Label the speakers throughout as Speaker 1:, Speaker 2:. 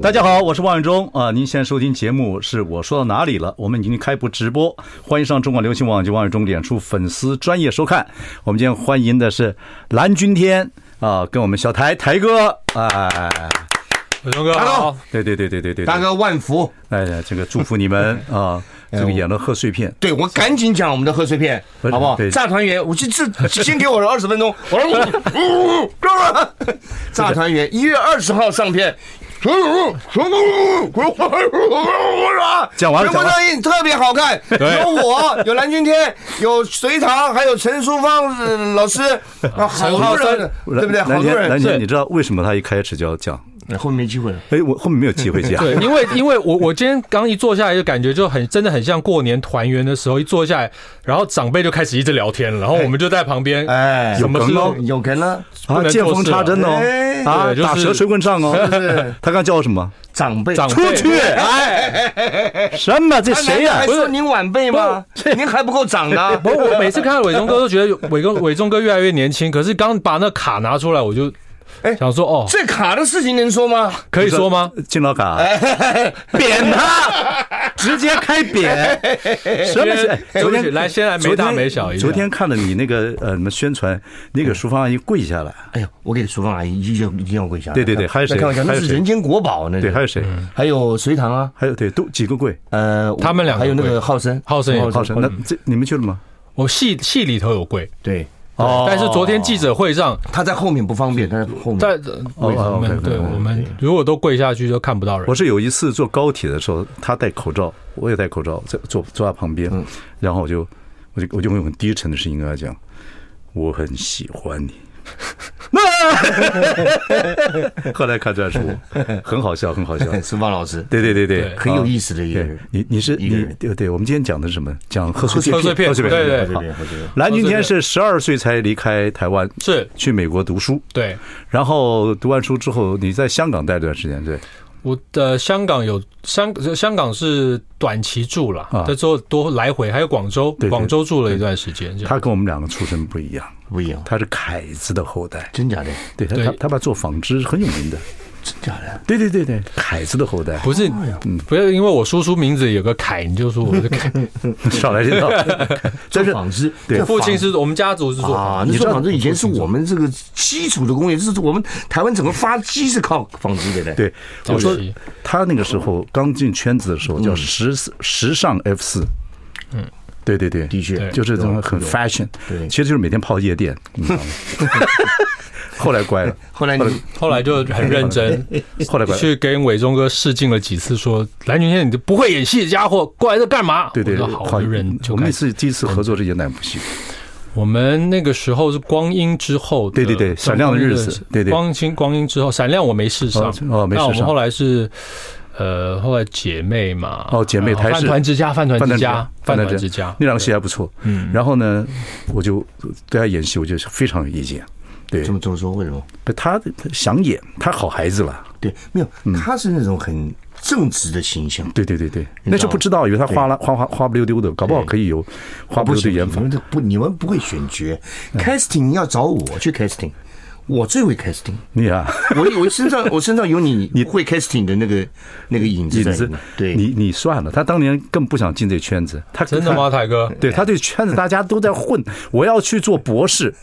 Speaker 1: 大家好，我是万永忠啊、您现在收听节目是我说到哪里了？我们已经开播直播，欢迎上中广流行网及万永忠脸书粉丝专业收看。我们今天欢迎的是蓝钧天啊、跟我们小台台哥哎，
Speaker 2: 伟忠哥好，
Speaker 1: 对对对对对对，
Speaker 3: 大哥万福。
Speaker 1: 哎呀，这个祝福你们啊！这个演了贺岁片，
Speaker 3: 对我赶紧讲我们的贺岁片，
Speaker 1: 不是
Speaker 3: 好不好
Speaker 1: 对？
Speaker 3: 炸团圆，我这这先给我二十分钟。我说呜呜呜，炸团圆一月二十号上片。
Speaker 1: 讲完了
Speaker 3: 全国
Speaker 1: 讲完了
Speaker 3: 上映特别好看，有我，有蓝钧天，有隋唐，还有陈淑芳呃老师，啊，好多人，对不对？
Speaker 1: 蓝
Speaker 3: 好多
Speaker 1: 天，蓝
Speaker 3: 人，
Speaker 1: 天，你知道为什么他一开始就要讲？
Speaker 3: 后面没机会了。
Speaker 1: 哎，我后面没有机会讲。
Speaker 2: 对，因为因为我我今天刚一坐下来就感觉就很真的很像过年团圆的时候一坐下来，然后长辈就开始一直聊天了，然后我们就在旁边，
Speaker 3: 哎
Speaker 2: 什么事
Speaker 1: 有
Speaker 2: 都
Speaker 1: 梗
Speaker 3: 有梗了，
Speaker 1: 啊，见缝插针哦
Speaker 3: 哎，
Speaker 1: 啊，
Speaker 2: 对就是
Speaker 1: 打蛇随棍上哦。他刚叫我什么？
Speaker 3: 长辈，
Speaker 2: 长辈
Speaker 1: 出去！
Speaker 2: 哎，
Speaker 1: 什么？这
Speaker 3: 他
Speaker 1: 谁
Speaker 3: 难道
Speaker 1: 呀
Speaker 3: 还？说您晚辈吗？您还不够长呢。
Speaker 2: 不，我每次看到伟忠哥都觉得伟哥伟忠哥越来越年轻，可是刚把那卡拿出来，我就
Speaker 3: 哎
Speaker 2: 想说哦，
Speaker 3: 这卡的事情能说吗？
Speaker 2: 可以说吗？？
Speaker 1: 敬老卡，扁他，直接开扁。什么
Speaker 2: 因为
Speaker 1: 是？哎昨
Speaker 2: 对不起
Speaker 1: 天
Speaker 2: 来先来没大没小一下
Speaker 1: 昨天昨天看了你那个呃，你们宣传那个淑芳阿姨跪下来，
Speaker 3: 哎呦，我给淑芳阿姨一定要一定要跪下。
Speaker 1: 对对对还有谁
Speaker 3: 那开玩笑，
Speaker 1: 还
Speaker 3: 那
Speaker 1: 有谁
Speaker 3: 是人间国宝，那
Speaker 1: 对，还有
Speaker 3: 有
Speaker 1: 谁？
Speaker 3: 还有隋唐啊，
Speaker 1: 还有对，都几个跪。哦
Speaker 3: 呃，
Speaker 2: 他们两个
Speaker 3: 还有那
Speaker 2: 跪
Speaker 3: 个浩生，
Speaker 2: 浩生也
Speaker 1: 好，那这你们去了吗？
Speaker 2: 我戏戏里头有跪，
Speaker 3: 对，
Speaker 1: 哦
Speaker 2: 但是昨天记者会上
Speaker 3: 他在后面不方便，他在后面。
Speaker 2: 在呃
Speaker 1: 哦
Speaker 2: 我们
Speaker 1: OK，OK，
Speaker 2: 对
Speaker 1: OK，
Speaker 2: 我们如果都跪下去就看不到人
Speaker 1: 我。是有一次坐高铁的时候，他戴口罩，我也戴口罩，在坐坐他旁边，
Speaker 3: 嗯
Speaker 1: 然后我就我就我就用很低沉的声音跟他讲，我很喜欢 你。那后来看出来是我，很好笑，很 好笑。
Speaker 3: 淑芳哎老师，
Speaker 1: 对对对对，
Speaker 2: 对
Speaker 3: 很有意
Speaker 1: 思。
Speaker 3: 思的一个
Speaker 1: 对
Speaker 3: 人。，
Speaker 1: 你你是
Speaker 3: 一个
Speaker 1: 你
Speaker 3: 人
Speaker 1: 对对，我们今天讲的是什么？讲贺岁
Speaker 2: 贺岁片
Speaker 1: 贺岁片，
Speaker 2: 对对
Speaker 1: 好
Speaker 3: 对对对对
Speaker 1: 蓝钧天是十二岁才离开台湾，
Speaker 2: 是
Speaker 1: 去美国读书，
Speaker 2: 对，
Speaker 1: 然后读完书之后，你在香港待了段时间，对，
Speaker 2: 我的香港有香香港是短期住了
Speaker 1: 啊，
Speaker 2: 这之后多来回，还有广州
Speaker 1: 对，
Speaker 2: 广州住了一段时间。这样
Speaker 1: 他跟我们两个出身不一样，
Speaker 3: 不一样，
Speaker 1: 他是凯子的后代，
Speaker 3: 真假的，
Speaker 1: 对他
Speaker 2: 对
Speaker 1: 他他爸做纺织很有名的，
Speaker 3: 真假的，
Speaker 1: 对对对对，哎凯子的后代，
Speaker 2: 不是，不要因为我叔叔名字有个凯，你就说我 是凯。
Speaker 1: 少来这套，但是
Speaker 3: 做纺织，
Speaker 1: 对
Speaker 3: 这
Speaker 2: 父亲
Speaker 3: 纺
Speaker 2: 是我们家族是做
Speaker 3: 啊，
Speaker 2: 纺
Speaker 3: 你
Speaker 2: 织
Speaker 3: 说纺织以前是我们这个基础的工业，这是我们台湾整个发迹是靠纺织的嘞。
Speaker 1: 对，
Speaker 2: 早
Speaker 1: 我说
Speaker 2: 期
Speaker 1: 他那个时候刚进圈子的时候叫时时尚 F 四，嗯，对对对，
Speaker 3: 的确
Speaker 2: 对
Speaker 1: 就是这种很 fashion，
Speaker 3: 对
Speaker 1: 其实就是每天泡夜店，你知道吗？后来乖了，
Speaker 3: 后来你
Speaker 2: 后来就很 认真
Speaker 1: 后来乖了。
Speaker 2: 去跟伟忠哥试镜了几次，说蓝俊天，你这不会演戏的家伙，过来这干嘛？
Speaker 1: 对对，对
Speaker 2: 我说好，我就认就
Speaker 1: 我们
Speaker 2: 开
Speaker 1: 那次
Speaker 2: 始。
Speaker 1: 第一次合作是演哪部戏？
Speaker 2: 我们那个时候是光阴之后的，
Speaker 1: 对对对闪亮的日子对对
Speaker 2: 光阴光阴之后，闪亮我没试上
Speaker 1: 哦，哦没试上
Speaker 2: 那我们后来是，呃，后来姐妹嘛，
Speaker 1: 哦姐妹
Speaker 2: 然后
Speaker 1: 台式
Speaker 2: 呃饭团之家，饭团之家，
Speaker 1: 饭
Speaker 2: 饭
Speaker 1: 团
Speaker 2: 团
Speaker 1: 之
Speaker 2: 之家，
Speaker 1: 那两个戏还不错。嗯，然后呢，我就对他演戏，我就非常有意见。对
Speaker 3: 这，么这么说为什么？
Speaker 1: 不他他想演，他好孩子了。
Speaker 3: 对，没有，他是那种很正直的形象，
Speaker 1: 对对对对，那时候不知道，以为他花了花花花不溜丢的，搞不好可以有花不溜丢
Speaker 3: 行
Speaker 1: 演法
Speaker 3: 你。们这不，你们不会选角，casting 要找我去 casting，我最会 casting，
Speaker 1: 你啊，
Speaker 3: 我我身上我身上有你你会 casting 的那个那个影子
Speaker 1: 你
Speaker 3: 在里
Speaker 1: 这
Speaker 3: 面，对，
Speaker 1: 你你算了，他当年更不想进这圈子。他
Speaker 2: 真的吗，？台哥？
Speaker 1: 对，他对圈子大家都在混，我要去做博士。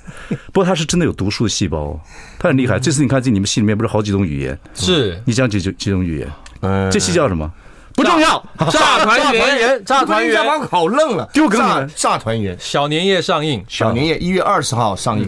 Speaker 1: 不过他是真的有读书细胞哦，他很厉害。这次你看，这你们戏里面不是好几种语言，
Speaker 2: 是
Speaker 1: 你讲几种几种语言？
Speaker 3: 呃
Speaker 1: 这戏叫什么？不重要，
Speaker 2: 炸团圆，炸
Speaker 3: 突然
Speaker 2: 团
Speaker 3: 一下把
Speaker 2: 圆，
Speaker 3: 我搞愣了，
Speaker 1: 丢给你
Speaker 3: 炸
Speaker 1: 们
Speaker 3: 炸团圆。
Speaker 2: 小年夜上映，
Speaker 3: 小年夜一月二十号上映。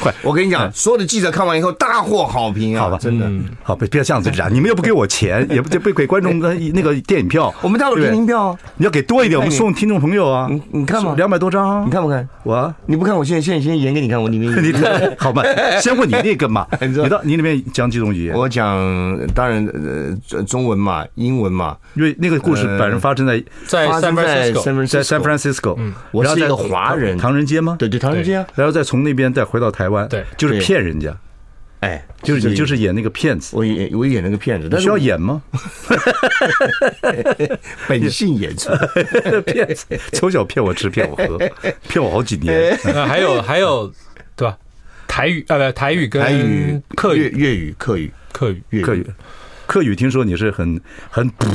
Speaker 1: 快
Speaker 3: 我跟你讲，所有的记者看完以后大获好评啊！
Speaker 1: 好吧
Speaker 3: 真的，
Speaker 1: 好，别别这样子燃，你们又不给我 钱，也不也不给观众的那个电影票，
Speaker 3: 我们待会儿
Speaker 1: 对
Speaker 3: 给您票啊，
Speaker 1: 你要给多一点，我们送听众朋友啊，
Speaker 3: 你你看嘛
Speaker 1: 两百多张啊，
Speaker 3: 你看不看？
Speaker 1: 我啊。
Speaker 3: 你不看，我现在现在先演给你看，我里面有
Speaker 1: 你 好吧，先问你那个嘛，
Speaker 3: 你
Speaker 1: 你
Speaker 3: 说
Speaker 1: 到你里面讲几种语言？
Speaker 3: 我讲，当然呃，中中文嘛，英文嘛，
Speaker 1: 因为那个故事
Speaker 3: 呃
Speaker 1: 本身发生在
Speaker 2: 在
Speaker 3: 发
Speaker 2: San
Speaker 3: 生在
Speaker 2: Francisco，
Speaker 1: 在 San Francisco，
Speaker 3: 我
Speaker 1: 然后
Speaker 3: 是一
Speaker 1: 在
Speaker 3: 个华人
Speaker 1: 唐人街吗？
Speaker 3: 对对，唐人街啊，
Speaker 1: 然后再从那边再回到台湾，
Speaker 2: 对
Speaker 1: 就是
Speaker 3: 对
Speaker 1: 骗人家，
Speaker 3: 哎，
Speaker 1: 就是你就是演那个骗子，
Speaker 3: 我演我演那个骗子，但
Speaker 1: 需
Speaker 3: 是
Speaker 1: 要
Speaker 3: 我
Speaker 1: 演吗？
Speaker 3: 本性演出，
Speaker 1: 骗子，从小骗我吃骗我 喝，骗我好几年。
Speaker 2: 那呃还有还有，对吧？台语呃，不，台语跟
Speaker 3: 台语、
Speaker 2: 客
Speaker 3: 粤
Speaker 2: 语、
Speaker 3: 粤语、客语、
Speaker 2: 客语。
Speaker 3: 粤
Speaker 1: 客语，客语听说你是很很补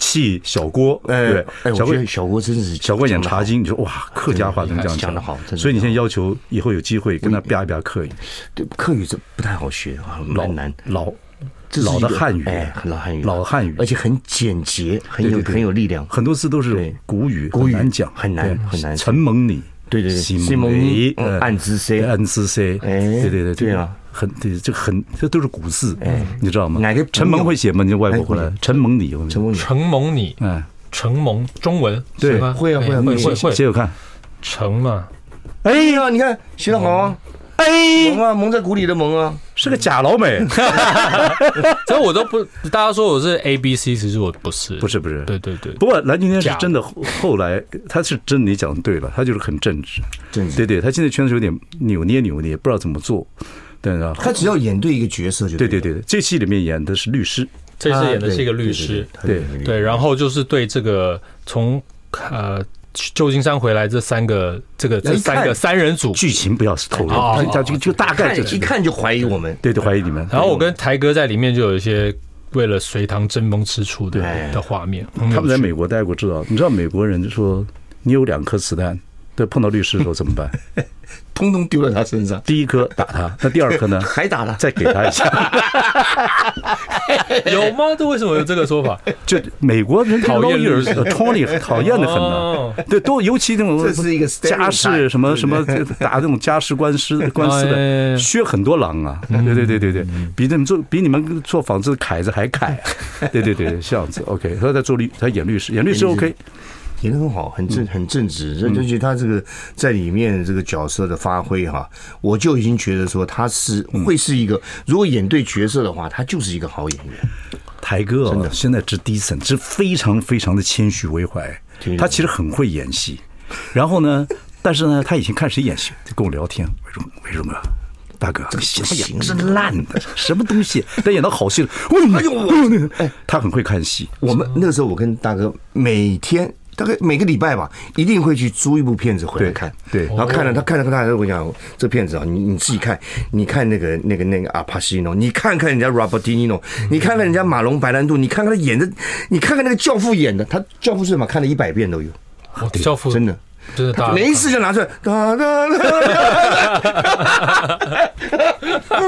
Speaker 1: 气小郭，
Speaker 3: 哎
Speaker 1: 对，
Speaker 3: 哎，我
Speaker 1: 小
Speaker 3: 觉
Speaker 1: 郭
Speaker 3: 得小郭真是
Speaker 1: 小郭演
Speaker 3: 讲得好
Speaker 1: 茶经，你说哇，客家话能这样
Speaker 3: 讲得好真的
Speaker 1: 所以你现在要求以后有机会跟他啪一啪客语，
Speaker 3: 对，客语这不太好学啊，
Speaker 1: 老
Speaker 3: 蛮难。
Speaker 1: 老
Speaker 3: 这是一
Speaker 1: 老
Speaker 3: 个
Speaker 1: 的汉语，啊
Speaker 3: 哎，老汉语，
Speaker 1: 老汉语
Speaker 3: 而且很简洁，很
Speaker 1: 对
Speaker 3: 有
Speaker 1: 对对
Speaker 3: 很有力量。
Speaker 1: 很多字都是
Speaker 3: 对
Speaker 1: 古语，
Speaker 3: 古语
Speaker 1: 很难讲，
Speaker 3: 很难
Speaker 1: 对
Speaker 3: 很难
Speaker 1: 承蒙你，
Speaker 3: 对对对
Speaker 1: 西
Speaker 3: 西蒙
Speaker 1: 你
Speaker 3: 你，嗯暗之 C
Speaker 1: 暗之 C，
Speaker 3: 哎
Speaker 1: 对对对，这个
Speaker 3: 对啊哎
Speaker 1: 很对，这个很这都是古字，你知道吗？
Speaker 3: 哪个
Speaker 1: 承蒙会写吗？你外国回来
Speaker 3: 哎，
Speaker 1: 承蒙你，
Speaker 3: 陈梦
Speaker 2: 承蒙你，
Speaker 1: 嗯，
Speaker 2: 承蒙中文
Speaker 1: 对
Speaker 2: 是吗
Speaker 3: 会啊
Speaker 2: 哎
Speaker 3: 会啊
Speaker 2: 会
Speaker 3: 你
Speaker 2: 会
Speaker 1: 写
Speaker 2: 会
Speaker 1: 写看，
Speaker 2: 承嘛，
Speaker 3: 哎呀，你看学的好啊，
Speaker 1: 哎，
Speaker 3: 萌啊，蒙在鼓里的萌啊，
Speaker 1: 是个假老美，
Speaker 2: 所以我都不，大家说我是 A B C，其实我不是，
Speaker 1: 不是不是，
Speaker 2: 对对对，
Speaker 1: 不过蓝今天是
Speaker 2: 假的
Speaker 1: 真的，后后来他是真的，你讲的对了，他就是很正直，
Speaker 3: 正直
Speaker 1: 对对，他现在圈子有点扭捏扭捏，不知道怎么做，对啊，
Speaker 3: 他只要演对一个角色就
Speaker 1: 对对
Speaker 3: 对
Speaker 1: 对，对这戏里面演的是律师，
Speaker 2: 这
Speaker 3: 了，
Speaker 2: 次
Speaker 3: 啊
Speaker 2: 演的是一个律师，，对，然后就是对这个从呃旧金山回来这三个这个这
Speaker 3: 一
Speaker 2: 三
Speaker 3: 看
Speaker 2: 个三人组，
Speaker 1: 剧情不要透露，
Speaker 2: 哦
Speaker 1: 他
Speaker 2: 哦
Speaker 1: 他就就大概
Speaker 3: 看
Speaker 1: 就
Speaker 3: 一看就怀疑我们，
Speaker 1: 对对怀疑你们，
Speaker 2: 然后我跟台哥在里面就有一些为了隋唐争风吃醋的
Speaker 3: 对
Speaker 2: 的画面，嗯
Speaker 1: 他们在
Speaker 2: 在
Speaker 1: 美国待过，知道你知道美国人就说你有两颗子弹。对，碰到律师的时候怎么办？
Speaker 3: 通通丢在他身上，
Speaker 1: 第一颗打他，那第二 颗呢？
Speaker 3: 还打了。
Speaker 1: 再给他一下。
Speaker 2: 有吗？这为什么有这个说法？
Speaker 1: 就美国人
Speaker 2: 讨厌律师
Speaker 1: Tony 呃讨厌的很啊呢
Speaker 2: 哦。
Speaker 1: 对，都尤其那种
Speaker 3: 这是一个 stereotype，
Speaker 1: 家事什么什么打这种家事官司官司
Speaker 2: 哎哎
Speaker 1: 的，
Speaker 2: 哎
Speaker 1: 削很多狼啊。对对对对对，比你们做比你们做纺织凯子还凯啊。对对对，这样子 OK。他在做律，他演律师，演律师
Speaker 3: 演律师
Speaker 1: OK。
Speaker 3: 演得很好，很正很正直，这就是他这个在里面这个角色的发挥哈，我就已经觉得说他是会是一个，如果演对角色的话，他就是一个好演员。
Speaker 1: 台哥、啊、现在之 decent，之非常非常的谦虚为怀
Speaker 3: 对，
Speaker 1: 他其实很会演戏。然后呢， 但是呢，他以前看谁演戏，就跟我聊天，为什么为什么？大哥，这个戏他演的是烂 的，什么东西？但演到好戏了，哎呦，哎呦，那个他很会看戏。
Speaker 3: 我们那个时候，我跟大哥每天大概每个礼拜吧，一定会去租一部片子回来看。
Speaker 1: 对对
Speaker 3: 然后看了他看了他，我跟你讲这片子啊，你你自己看，你看那个那个那个阿帕西诺，你看看人家 Robert De Niro，你看看人家马龙白兰度，你看看他演的，你看看那个教父演的，他教父是什么看了一百遍都有，
Speaker 2: 我教父
Speaker 3: 真的。
Speaker 2: 真的大
Speaker 3: 每一次就拿出来，哒哒 哒，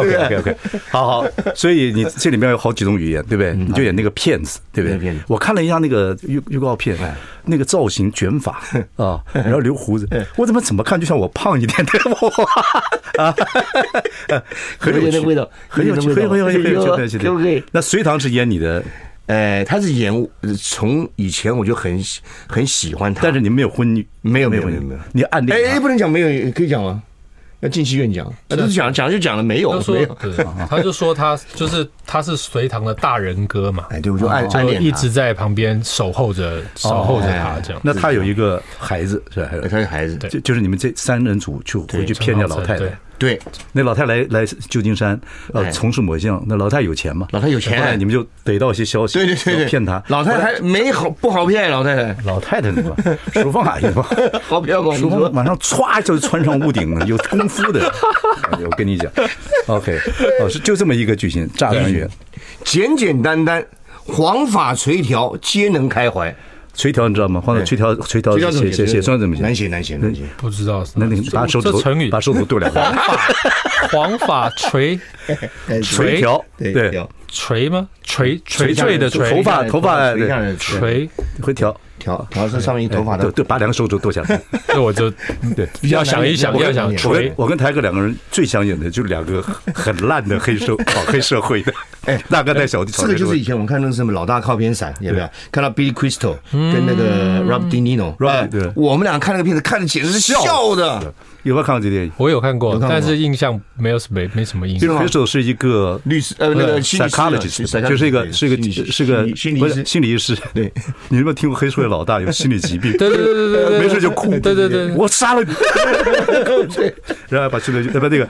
Speaker 1: OK OK OK，好好，所以你这里面有好几种语言，对不对？你就演那个嗯骗子，哎对不
Speaker 3: 那个骗
Speaker 1: 对
Speaker 3: 子？
Speaker 1: 我看了一下那个预预告片，那个造型卷 发啊，然后留胡子，我怎么怎么看就像我胖一点的我 啊，很有
Speaker 3: 有点
Speaker 1: 趣
Speaker 3: 味道
Speaker 1: 很有
Speaker 3: 有
Speaker 1: 趣，
Speaker 3: 点
Speaker 1: 很有
Speaker 3: 味
Speaker 1: 趣，
Speaker 3: 道
Speaker 1: 很有趣，
Speaker 3: 有
Speaker 1: 很有趣。
Speaker 3: 可不可以
Speaker 1: 那隋唐是演你的，
Speaker 3: 呃，他是演呃从以前我就很喜很喜欢他，
Speaker 1: 但是你没有婚女，
Speaker 3: 没有没有
Speaker 1: 婚女
Speaker 3: 没有没有
Speaker 1: 你暗恋
Speaker 3: 哎哎，
Speaker 1: 他
Speaker 3: 不能讲没有，可以讲吗？要进戏院讲，啊，都讲讲就讲了，没有
Speaker 2: 他
Speaker 3: 哦没
Speaker 2: 说
Speaker 3: 有，，
Speaker 2: 对他就说他就是他是隋唐的大人哥嘛，
Speaker 3: 哎，对，我就暗暗
Speaker 2: 就
Speaker 3: 恋
Speaker 2: 一
Speaker 3: 他
Speaker 2: 直在旁边守候着
Speaker 1: 哦
Speaker 2: 守候着他这样。
Speaker 1: 那他有一个孩子是吧？还有
Speaker 3: 哎他是孩子，
Speaker 1: 就就是你们这三人组去回去
Speaker 2: 对
Speaker 1: 骗人家老太
Speaker 2: 对
Speaker 1: 太。
Speaker 3: 对，
Speaker 1: 那老太来来旧金山，呃，
Speaker 3: 哎
Speaker 1: 从事某项。那老太有钱嘛？
Speaker 3: 老太有钱
Speaker 1: 后来你们就逮到一些消息，
Speaker 3: 对对对对，
Speaker 1: 骗她。
Speaker 3: 老太太没好不好骗，老太太
Speaker 1: 老太太那个 淑芳阿姨嘛，
Speaker 3: 好骗我，你
Speaker 1: 淑芳
Speaker 3: 说
Speaker 1: 晚上歘就穿上屋顶 了，有功夫的。哎我跟你讲，OK，哦，是就这么一个剧情，炸团圆。
Speaker 3: 简简单单，黄发垂条皆能开怀，
Speaker 1: 垂条你知道吗？放在垂条垂条
Speaker 3: 这叫怎么
Speaker 1: 写
Speaker 3: 写？
Speaker 1: 写写算怎么写？
Speaker 3: 难写，难写，难写。
Speaker 2: 不知道，
Speaker 1: 那你把手指头
Speaker 2: 这成语
Speaker 1: 把手指头剁两
Speaker 2: 黄
Speaker 1: 下，
Speaker 2: 发黄发垂
Speaker 3: 哎
Speaker 1: 垂条
Speaker 3: 对
Speaker 1: 对
Speaker 3: 条，
Speaker 2: 垂吗？垂垂垂的垂，
Speaker 1: 头发
Speaker 3: 垂下来的
Speaker 2: 垂，
Speaker 1: 会调，
Speaker 3: 条条是上面头发
Speaker 1: 对
Speaker 3: 的。
Speaker 1: 对，把两个手指头剁下来。
Speaker 2: 这我就对 要想一想，
Speaker 3: 比较
Speaker 2: 要
Speaker 3: 难
Speaker 2: 想
Speaker 3: 念
Speaker 1: 我
Speaker 2: 垂
Speaker 1: 跟。我跟台哥两个人最想演的就是两个很 烂的黑社搞黑社会的， 哎，大哥带小弟
Speaker 3: 这
Speaker 1: 吵
Speaker 3: 个
Speaker 1: 架
Speaker 3: 就是以前我们看那个什么老大靠边闪，有没有看到 Billy Crystal 跟那个 Rob De Niro？
Speaker 1: Rob-
Speaker 3: 哎
Speaker 1: 对
Speaker 3: 我们俩看那个片子，看的简直是笑的。
Speaker 1: 有没有看过这电影？
Speaker 2: 我有看过
Speaker 3: 有，看过
Speaker 2: 但是印象没有什没没什么印象。
Speaker 3: 吗
Speaker 1: 黑手是一个
Speaker 3: 律师呃，那个心理师啊
Speaker 1: psychologist，就是一个是一
Speaker 3: 心理师
Speaker 1: 个是个
Speaker 3: 心理
Speaker 1: 不
Speaker 3: 心
Speaker 1: 是
Speaker 3: 理医师。
Speaker 1: 心理医师。
Speaker 3: 对，
Speaker 1: 你有没有听过黑社会老大有心理疾病？
Speaker 2: 对对对对对对，
Speaker 1: 没事就哭。
Speaker 2: 对对对，
Speaker 1: 我杀了 你。然后把心理呃不那个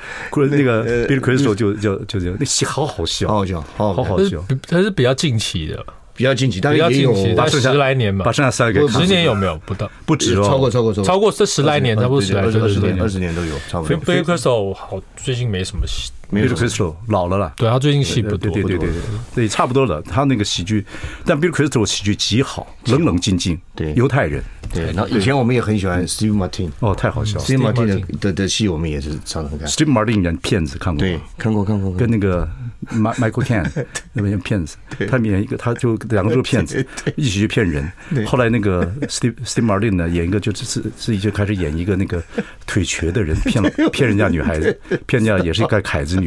Speaker 1: 那个 Bill Crystal 就就就就那戏好好笑，
Speaker 3: 呃好好笑，好
Speaker 1: 好好哦
Speaker 3: 好看，
Speaker 2: 它是
Speaker 1: 笑。
Speaker 2: 比它是比较近期的，
Speaker 3: 比较近期，但
Speaker 2: 比
Speaker 3: 是
Speaker 2: 较
Speaker 3: 也有
Speaker 2: 近期，大概十来年吧
Speaker 1: 把，剩下三个给看
Speaker 2: 十年有没有不到？
Speaker 1: 不止哦，
Speaker 3: 超过超过超过
Speaker 2: 超过这十来年，差不多十来
Speaker 3: 二
Speaker 2: 年，
Speaker 3: 十二十年
Speaker 2: 年
Speaker 3: 二。十年都有，差不
Speaker 2: b
Speaker 3: 多
Speaker 2: b。a k e r s o 好，最近没什么戏，
Speaker 1: Bill Crystal 老了啦。
Speaker 2: 对他最近戏不
Speaker 1: 对
Speaker 2: 多。
Speaker 1: 对对对对，对差不多了。他那个喜剧，但 Bill Crystal 喜剧极好，冷冷静静，
Speaker 3: 对
Speaker 1: 犹太人，
Speaker 3: 对，然后以前我们也很喜欢 Steve Martin。
Speaker 1: 哦，太好笑了。
Speaker 3: Steve Martin 的的的戏我们也是常常看，
Speaker 1: Steve Martin 演骗子看过
Speaker 3: 对
Speaker 1: 吗？，
Speaker 3: 看过看过，
Speaker 1: 跟那个 Ma- Michael Caine 那边演骗子，他们演一个，他就两个都是骗子，一起去骗人。后来那个 Steve Steve Martin 呢，演一个就自自自己就开始演一个那个腿瘸的 人，骗了骗人家女孩子，骗人家也是一个凯子女。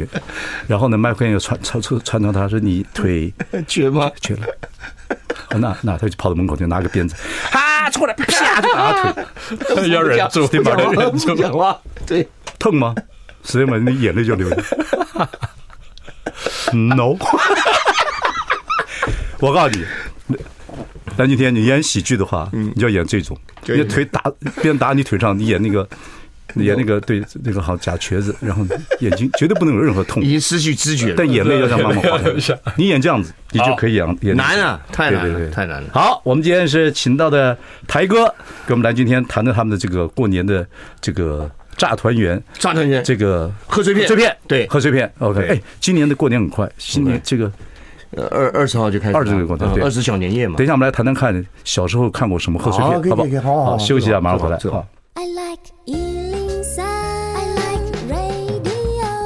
Speaker 1: 然后呢，Michael Caine 又穿穿穿穿到他说你腿
Speaker 3: 绝吗？
Speaker 1: 去了。 啊那那他就跑到门口就拿个鞭子，啊，出来啪就打他腿，
Speaker 2: 对， 要忍住，
Speaker 1: 对吧
Speaker 2: 要忍住。
Speaker 3: 讲话，对，
Speaker 1: 痛吗？石原文，你眼泪就流了。No，我告诉你，但今天你演喜剧的话，
Speaker 2: 嗯
Speaker 1: 你就要演这种，
Speaker 3: 就
Speaker 1: 你腿打鞭打你腿上，你演那个。你演那个对那个好假瘸子，然后眼睛绝对不能有任何痛
Speaker 3: 已，经失去知觉了
Speaker 1: 但，眼泪要让妈妈滑
Speaker 2: 对对对
Speaker 1: 下来。 你演这样子，你就可以演演那
Speaker 3: 难
Speaker 1: 个
Speaker 3: 啊，太难
Speaker 1: 对对
Speaker 3: 了，
Speaker 1: 对
Speaker 3: 太难了。
Speaker 1: 好，我们今天是请到的台哥，跟我们来今天谈谈他们的这个过年的这个炸团圆，
Speaker 3: 炸团圆，
Speaker 1: 这个
Speaker 3: 贺岁片，
Speaker 1: 碎片，
Speaker 3: 对，
Speaker 1: 贺岁片。OK，哎，今年的过年很快，新年这个，
Speaker 3: 二二十号就开始了，
Speaker 1: 20这个过程对
Speaker 3: 二十小年夜嘛
Speaker 1: 等。一下我们来谈谈看小时候看过什么贺岁
Speaker 3: 好可以
Speaker 1: 片，好不
Speaker 3: 可以可以好好
Speaker 1: 好
Speaker 3: 好
Speaker 1: 休息一下，
Speaker 3: 这个
Speaker 1: 马上回来。
Speaker 3: 这个
Speaker 1: 好
Speaker 4: I like Ealing Sound. I like radio.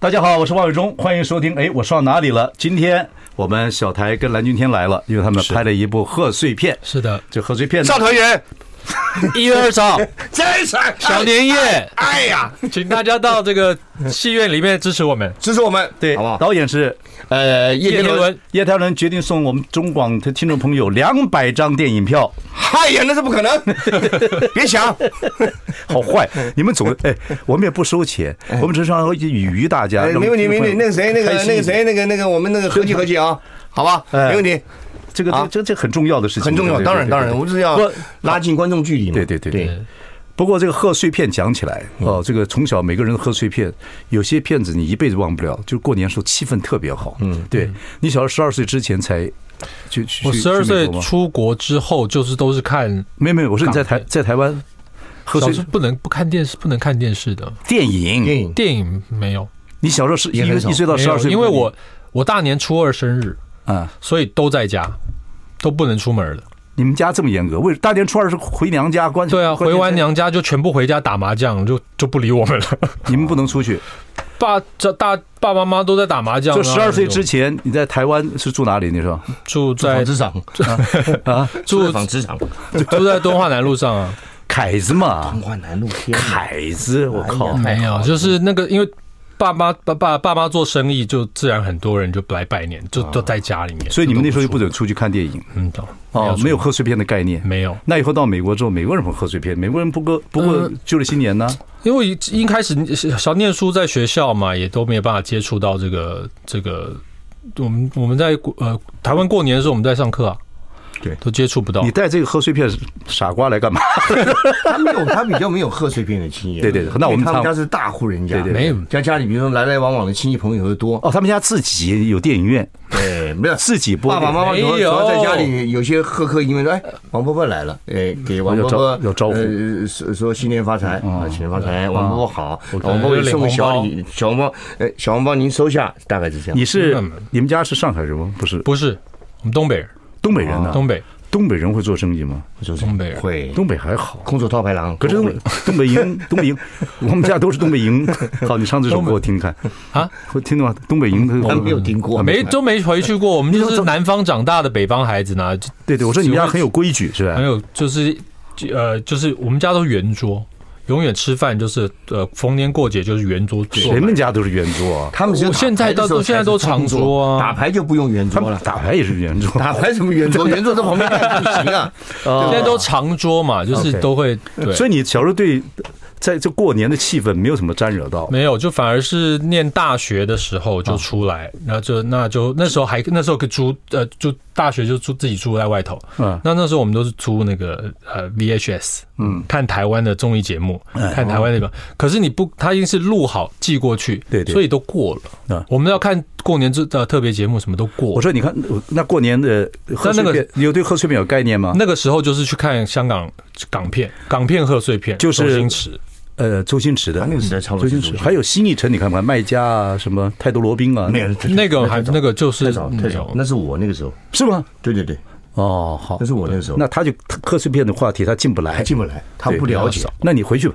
Speaker 1: 大家好，我是王伟忠，欢迎收听。哎，我上哪里了？今天我们小台跟蓝钧天来了，因为他们拍了一部贺岁片。
Speaker 2: 是的，
Speaker 1: 这贺岁片呢，
Speaker 3: 团圆，
Speaker 2: 一月二十号
Speaker 3: 真是
Speaker 2: 小年夜，
Speaker 3: 哎呀，
Speaker 2: 请大家到这个戏院里面支持我们。
Speaker 3: 支持我们，
Speaker 1: 对
Speaker 3: 好不，好？
Speaker 1: 导演是
Speaker 3: 呃，
Speaker 2: 叶
Speaker 3: 叶天
Speaker 2: 天
Speaker 3: 伦，
Speaker 2: 文，
Speaker 1: 叶泰伦决定送我们中广的听众朋友两百张电影票。
Speaker 3: 嗨呀，那是不可能，别想，
Speaker 1: 好坏，你们总哎，我们也不收钱，我们只是想要予以大家。
Speaker 3: 哎，
Speaker 1: 让
Speaker 3: 没问题，没问题。那个谁，那个
Speaker 1: 开心
Speaker 3: 那个谁，那个那个，我们那个合计合计啊，好吧，
Speaker 1: 哎
Speaker 3: 没问题，
Speaker 1: 这个
Speaker 3: 啊
Speaker 1: 这这这很重要的事情，
Speaker 3: 很重要。
Speaker 1: 对
Speaker 3: 当然，当然，我们是要
Speaker 1: 不
Speaker 3: 拉近观众距离嘛。
Speaker 1: 对对对
Speaker 3: 对
Speaker 1: 对。不过这个贺岁片讲起来哦，这个从小每个人的贺岁片，有些片子你一辈子忘不了，就是过年时候气氛特别好。嗯，对你小时候十二岁之前才去去
Speaker 2: 我
Speaker 1: 去
Speaker 2: 十二
Speaker 1: 去美
Speaker 2: 岁
Speaker 1: 国吗
Speaker 2: 出国之后，就是都是看，
Speaker 1: 没有没有，我说你在台在台湾贺
Speaker 2: 小
Speaker 1: 岁
Speaker 2: 时候不能不看电视，不能看电视的
Speaker 1: 电影，
Speaker 3: 电影
Speaker 2: 电影没有，
Speaker 1: 你小时候是
Speaker 3: 也
Speaker 1: 因为
Speaker 3: 很少
Speaker 1: 一岁到
Speaker 2: 没
Speaker 1: 十二
Speaker 2: 有，
Speaker 1: 岁不能，
Speaker 2: 因为我我大年初二生日，
Speaker 1: 啊，
Speaker 2: 所以都在家，都不能出门了。
Speaker 1: 你们家这么严格，为大年初二是回娘家关
Speaker 2: 对啊，
Speaker 1: 关
Speaker 2: 回
Speaker 1: 键
Speaker 2: 完
Speaker 1: 在
Speaker 2: 娘家就全部回家打麻将，就就不理我们了。
Speaker 1: 你们不能出去。
Speaker 2: 爸这大爸爸妈妈都在打麻将，啊
Speaker 1: 就
Speaker 2: 然后
Speaker 1: 十二岁之前，你在台湾是住哪里？你说
Speaker 2: 住 在
Speaker 3: 纺织厂，
Speaker 2: 住
Speaker 3: 纺织厂，
Speaker 2: 住在敦化南路上啊，
Speaker 1: 凯子嘛
Speaker 3: 文，化南路天哪
Speaker 1: 凯
Speaker 3: 哎
Speaker 1: 子，我靠！
Speaker 2: 哦没有，就是那个因为爸妈爸爸爸妈做生意，就自然很多人就来拜年，就都在家里面。
Speaker 1: 啊所以你们那时候就不准出去看电影
Speaker 2: 嗯，懂
Speaker 1: 哦，没有贺岁片的概念。
Speaker 2: 没有，
Speaker 1: 那以后到美国之后，美国人不贺岁片，美国人不过不过
Speaker 2: 嗯
Speaker 1: 就是新年呢。
Speaker 2: 因为一一开始小念书在学校嘛，也都没有办法接触到这个这个。我们我们在国呃台湾过年的时候我们在上课啊，
Speaker 3: 对
Speaker 2: 都接触不到
Speaker 1: 你。带这个贺岁片傻瓜来干嘛？
Speaker 3: 他没有，他比较没有贺岁片的经验。
Speaker 1: 对对对那我们
Speaker 3: 因为他
Speaker 1: 常
Speaker 3: 们家是大户人家，
Speaker 1: 对对
Speaker 2: 对没有
Speaker 3: 家家里，比如说来来往往的亲戚朋友又多，
Speaker 1: 哦，他们家自己有电影院，
Speaker 3: 对，没有
Speaker 1: 自己播
Speaker 3: 爸爸妈妈主要
Speaker 2: 没
Speaker 3: 主
Speaker 2: 有
Speaker 3: 要在家里有些赫赫因为说，哎，王伯伯来了，哎，给王伯伯
Speaker 1: 嗯要招要招呼嗯
Speaker 3: 呃说说新年发财啊，新年发财，王伯伯好，王伯伯
Speaker 2: 领
Speaker 3: 送个
Speaker 2: 红
Speaker 3: 小
Speaker 2: 包
Speaker 3: 礼，小红包，哎，小红包您收下，大概是这样。
Speaker 1: 你是
Speaker 2: 嗯
Speaker 1: 你们家是上海人吗？不是，
Speaker 2: 不是，我们东北人，
Speaker 1: 东北人呢。啊
Speaker 2: 哦东北
Speaker 1: 东北人会做生意吗？
Speaker 3: 就是
Speaker 2: 东北人
Speaker 3: 会
Speaker 1: 东北还好，
Speaker 3: 空手套白狼，
Speaker 1: 可是东北东北 营，东北营，我们家都是东北营。好，你唱这首歌我听听看
Speaker 2: 啊，
Speaker 1: 会听到吗？东北营，
Speaker 3: 他没有听过，
Speaker 2: 没都没回去过，我们就是南方长大的北方孩子呢，就
Speaker 1: 对对，我说你们家很有规矩是吧
Speaker 3: 哎
Speaker 2: 还？有就是呃，就是我们家都圆桌，永远吃饭就是呃，逢年过节就是圆桌坐
Speaker 1: 谁
Speaker 2: 满。
Speaker 1: 们家都是圆桌啊？
Speaker 3: 他们只有
Speaker 2: 我现在
Speaker 3: 打牌的时候
Speaker 2: 到现在
Speaker 3: 才是
Speaker 2: 都长
Speaker 3: 长
Speaker 2: 桌啊
Speaker 3: 打牌就不用圆
Speaker 1: 他
Speaker 3: 桌
Speaker 1: 们
Speaker 3: 了，
Speaker 1: 打牌也是圆桌，
Speaker 3: 打牌什么 圆桌？圆桌在旁边看不行啊。
Speaker 2: 现在
Speaker 1: 哦
Speaker 2: 都长桌嘛，就是
Speaker 1: OK 呃
Speaker 2: 都会对。
Speaker 1: 所以你小时候对在这过年的气氛没有什么沾惹到。
Speaker 2: 没有，就反而是念大学的时候就出来，那就那就那时候还那时候可租呃，就大学就住自己住在外头。
Speaker 1: 嗯
Speaker 2: 那那时候我们都是租那个呃 VHS，嗯，看台湾的综艺节目，
Speaker 1: 哎
Speaker 2: 看台湾那个。可是你不，它已经是录好寄过去，
Speaker 1: 哦对对
Speaker 2: 所以都过了。
Speaker 1: 嗯
Speaker 2: 我们要看过年这的特别节目，什么都过
Speaker 1: 我。说，你看，我那过年的贺岁
Speaker 2: 那那个
Speaker 1: 片，你有对贺岁片有概念吗？
Speaker 2: 那个时候就是去看香港港片，港片贺岁片，
Speaker 1: 就是
Speaker 2: 周星驰。
Speaker 1: 呃，周星驰的
Speaker 3: 那，个时代差不
Speaker 1: 周
Speaker 3: 多
Speaker 1: 星驰，还有新艺城，你看不看？卖家啊，什么泰多罗宾啊，
Speaker 3: 没有太
Speaker 2: 那个还
Speaker 3: 太早
Speaker 2: 那个就是
Speaker 3: 太早太
Speaker 2: 没
Speaker 3: 早
Speaker 2: 有，
Speaker 3: 那是我那个时候，
Speaker 1: 是吗？
Speaker 3: 对对对，
Speaker 1: 哦，好
Speaker 3: 那，是我那个时候，
Speaker 1: 那他就贺岁片的话题他进不来，
Speaker 3: 还进不来，他
Speaker 1: 对
Speaker 3: 不了解。。
Speaker 1: 那你回去吧，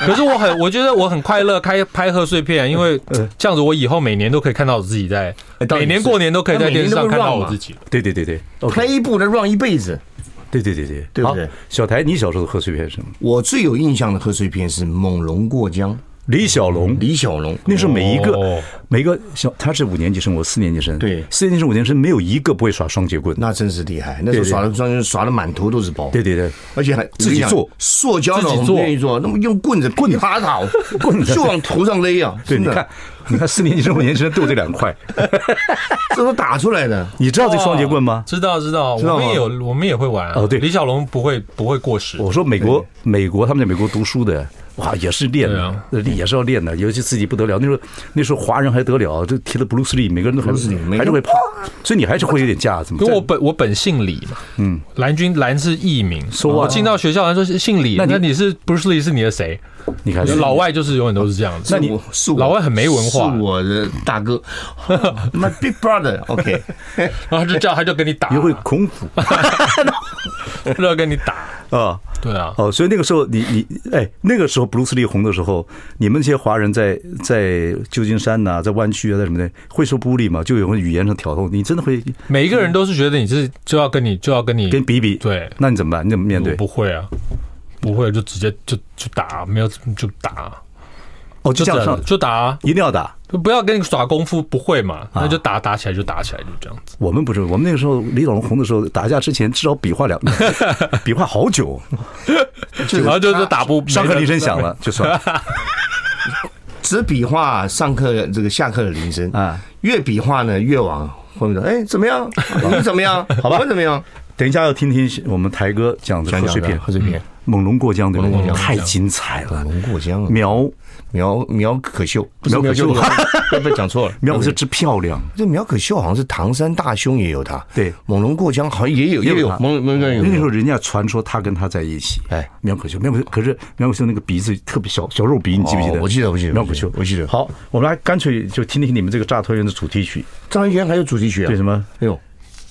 Speaker 2: 可是我很，我觉得我很快乐开拍贺岁片，因为这样子我以后每年都可以看到我自己在，
Speaker 3: 当然
Speaker 2: 每年过年都可以在电视上看到我自己。
Speaker 1: 对对对对，OK，
Speaker 3: play 一部能 run 一辈子。
Speaker 1: 对对对对，
Speaker 3: 对不对
Speaker 1: 好小台，你小时候的贺岁片是什么？
Speaker 3: 我最有印象的贺岁片是《猛龙过江》，
Speaker 1: 李小龙，
Speaker 3: 李小龙。
Speaker 1: 那是每一个
Speaker 2: 哦
Speaker 1: 每一个小，他是五年级生，我四年级生，
Speaker 3: 对
Speaker 1: 四年级生五年级生没有一个不会耍双截棍，
Speaker 3: 嗯那真是厉害，那时
Speaker 1: 对
Speaker 3: 候
Speaker 1: 对
Speaker 3: 耍的装耍的满头都是包，
Speaker 1: 对对对，
Speaker 3: 而且还
Speaker 1: 自己做
Speaker 3: 塑胶的，
Speaker 2: 自己
Speaker 3: 我们
Speaker 2: 做
Speaker 3: 不愿意做，那么用棍子棍爬倒，棍
Speaker 1: 子
Speaker 3: 就往头上勒啊！
Speaker 1: 对，
Speaker 3: 真
Speaker 1: 你
Speaker 3: 的
Speaker 1: 看，你看四年级生五年级生都这两 块，
Speaker 3: 这都打出来的。
Speaker 1: 你知道这双截棍吗？
Speaker 2: 知道知道，
Speaker 3: 道
Speaker 2: 我
Speaker 3: 吗
Speaker 2: 们也有，我们也会玩啊。
Speaker 1: 哦对哦
Speaker 2: 李小龙不会不会过时。
Speaker 1: 我说美国，美国他们在美国读书的，哇，也是练
Speaker 2: 对
Speaker 1: 的
Speaker 2: 啊，
Speaker 1: 呃也是要练的，尤其自己不得了。那时候那时候华人还得了，这提了布鲁斯利，每个人都还
Speaker 3: Bruce
Speaker 2: 嗯
Speaker 3: Lee，每个人
Speaker 1: 还是会怕，所以你还是会有点架子嘛。
Speaker 2: 因为我本我本姓李嘛，嗯，蓝军蓝是艺名，
Speaker 1: So what？
Speaker 2: 我进到学校，他说是姓李，
Speaker 1: 那你
Speaker 2: 那你是 Bruce Lee 是你的谁？
Speaker 1: 你看
Speaker 2: 老外就是永远都是这样子。
Speaker 1: 那你
Speaker 3: 是我是我
Speaker 2: 老外很没文化
Speaker 3: 是我的大哥，My big brother，OK，
Speaker 2: 然后他就叫他就跟你打，
Speaker 1: 你会孔子
Speaker 2: 他就要跟你打，
Speaker 1: 啊。
Speaker 2: 对啊，
Speaker 1: 哦，所以那个时候你你哎，那个时候布鲁斯利红的时候，你们这些华人在在旧金山呐、在湾区啊，在什么的，会说布利吗？就有人语言上挑逗，你真的会
Speaker 2: 每一个人都是觉得你是就要跟你就要跟你
Speaker 1: 跟比比？
Speaker 2: 对
Speaker 1: 那你怎么办？你怎么面对
Speaker 2: 我？不会啊，不会就直接就就打，没有就打，
Speaker 1: 哦，就
Speaker 2: 就
Speaker 1: 这样
Speaker 2: 打
Speaker 1: 上，
Speaker 2: 就打啊，
Speaker 1: 一定要打。
Speaker 2: 就不要跟你耍功夫，不会嘛，那就打打起来就打起来，就这样子。
Speaker 1: 我们不是，我们那个时候李小龙红的时候，打架之前至少比划两， 比划好久，
Speaker 2: 然后就就打不
Speaker 1: 上课铃声响， 了就算了。
Speaker 3: 只比划上课这个下课的铃声
Speaker 1: 啊
Speaker 3: 啊，越比划呢越往后面走。哎，怎么样？你怎么样？好吧，我怎么样？
Speaker 1: 等一下要听听我们台哥讲的贺岁片，
Speaker 3: 贺岁片，
Speaker 1: 猛龙过江》对
Speaker 3: 猛
Speaker 1: 不
Speaker 3: 龙
Speaker 1: 对？
Speaker 3: 过江
Speaker 1: 太精彩了，
Speaker 3: 龙过江啊，
Speaker 1: 苗
Speaker 3: 苗苗可秀，不是
Speaker 1: 苗可秀
Speaker 3: 苗， 不不讲错了，
Speaker 1: 苗是之漂亮，
Speaker 3: 这苗可秀好像是唐山大兄也有他，
Speaker 1: 对
Speaker 3: 猛龙过江好像也有
Speaker 1: 也有
Speaker 3: 也有嗯
Speaker 1: 他
Speaker 3: 猛猛龙
Speaker 1: 那时候
Speaker 3: 有，
Speaker 1: 人家传说他跟他在一起，
Speaker 3: 哎
Speaker 1: 苗可秀，苗可秀，可是苗可秀那个鼻子特别小，小肉鼻，你记不记得？
Speaker 3: 哦我记得我记得
Speaker 1: 苗可秀，
Speaker 3: 我记得
Speaker 1: 好，我们来干脆就听听你们这个《炸团圆》的主题曲，
Speaker 3: 张元还有主题曲啊
Speaker 1: 对？什么
Speaker 3: 哎呦，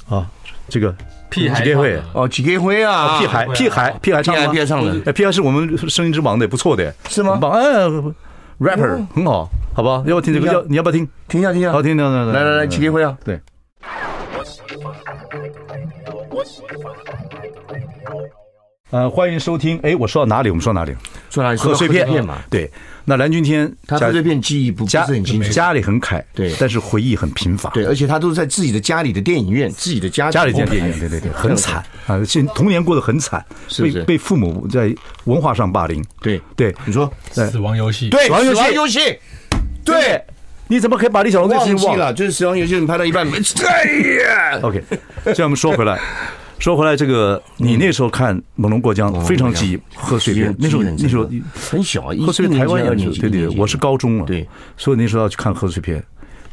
Speaker 1: 啊？这个
Speaker 2: 屁孩
Speaker 1: 几个会
Speaker 2: 唱的
Speaker 3: 哦，几个灰啊，
Speaker 1: 屁孩，屁孩，屁孩
Speaker 3: 屁
Speaker 1: 唱
Speaker 3: 孩
Speaker 1: 吗
Speaker 3: 屁？孩上的，
Speaker 1: 哎，P R 是我们声音之王的，不错的，
Speaker 3: 是吗
Speaker 1: 很棒，
Speaker 3: 哦
Speaker 1: 嗯，rapper
Speaker 3: 嗯
Speaker 1: 很好，好吧？要不要听这个？
Speaker 3: 你要
Speaker 1: 要你要不要听？
Speaker 3: 停一下停一下
Speaker 1: 好，，听听听，
Speaker 3: 来来来，几个灰啊，
Speaker 1: 对。呃，欢迎收听。哎，我说到哪里？我们说到哪里？
Speaker 3: 说来
Speaker 1: 贺岁片
Speaker 3: 嘛，
Speaker 1: 对，那蓝钧天
Speaker 3: 他
Speaker 1: 家
Speaker 3: 贺岁片记忆不不是
Speaker 1: 家
Speaker 3: 很清楚，
Speaker 1: 家里很凯，
Speaker 3: 对
Speaker 1: 但是回忆很贫乏，
Speaker 3: 对，，而且他都是在自己的家里的电影院， 自己的 家
Speaker 1: 家里
Speaker 3: 这
Speaker 1: 见电影，对对对，很惨啊，现童年过得很惨，
Speaker 3: 是
Speaker 1: 被
Speaker 3: 不是
Speaker 1: 被父母在文化上霸凌，
Speaker 3: 对，
Speaker 1: 对
Speaker 3: 你说
Speaker 1: 对
Speaker 2: 死亡游戏，
Speaker 1: 对，死亡游
Speaker 3: 死
Speaker 1: 戏，
Speaker 3: 游戏，对。
Speaker 1: 你怎么可以把李小龙这事
Speaker 3: 忘
Speaker 1: 情
Speaker 3: 记
Speaker 1: 忘
Speaker 3: 了，就是《死亡游戏》你拍到一 半，哎呀，
Speaker 1: OK，所以我们说回来，说回来，这个
Speaker 3: 嗯
Speaker 1: 你那时候看《猛龙过江》非常记忆贺岁片，那时候那时候
Speaker 3: 很小，一
Speaker 1: 贺岁片台湾
Speaker 3: 二
Speaker 1: 演
Speaker 3: 年
Speaker 1: 出，
Speaker 3: 级，
Speaker 1: 对对，我是高中了，
Speaker 3: 对，
Speaker 1: 所以那时候要去看贺岁片，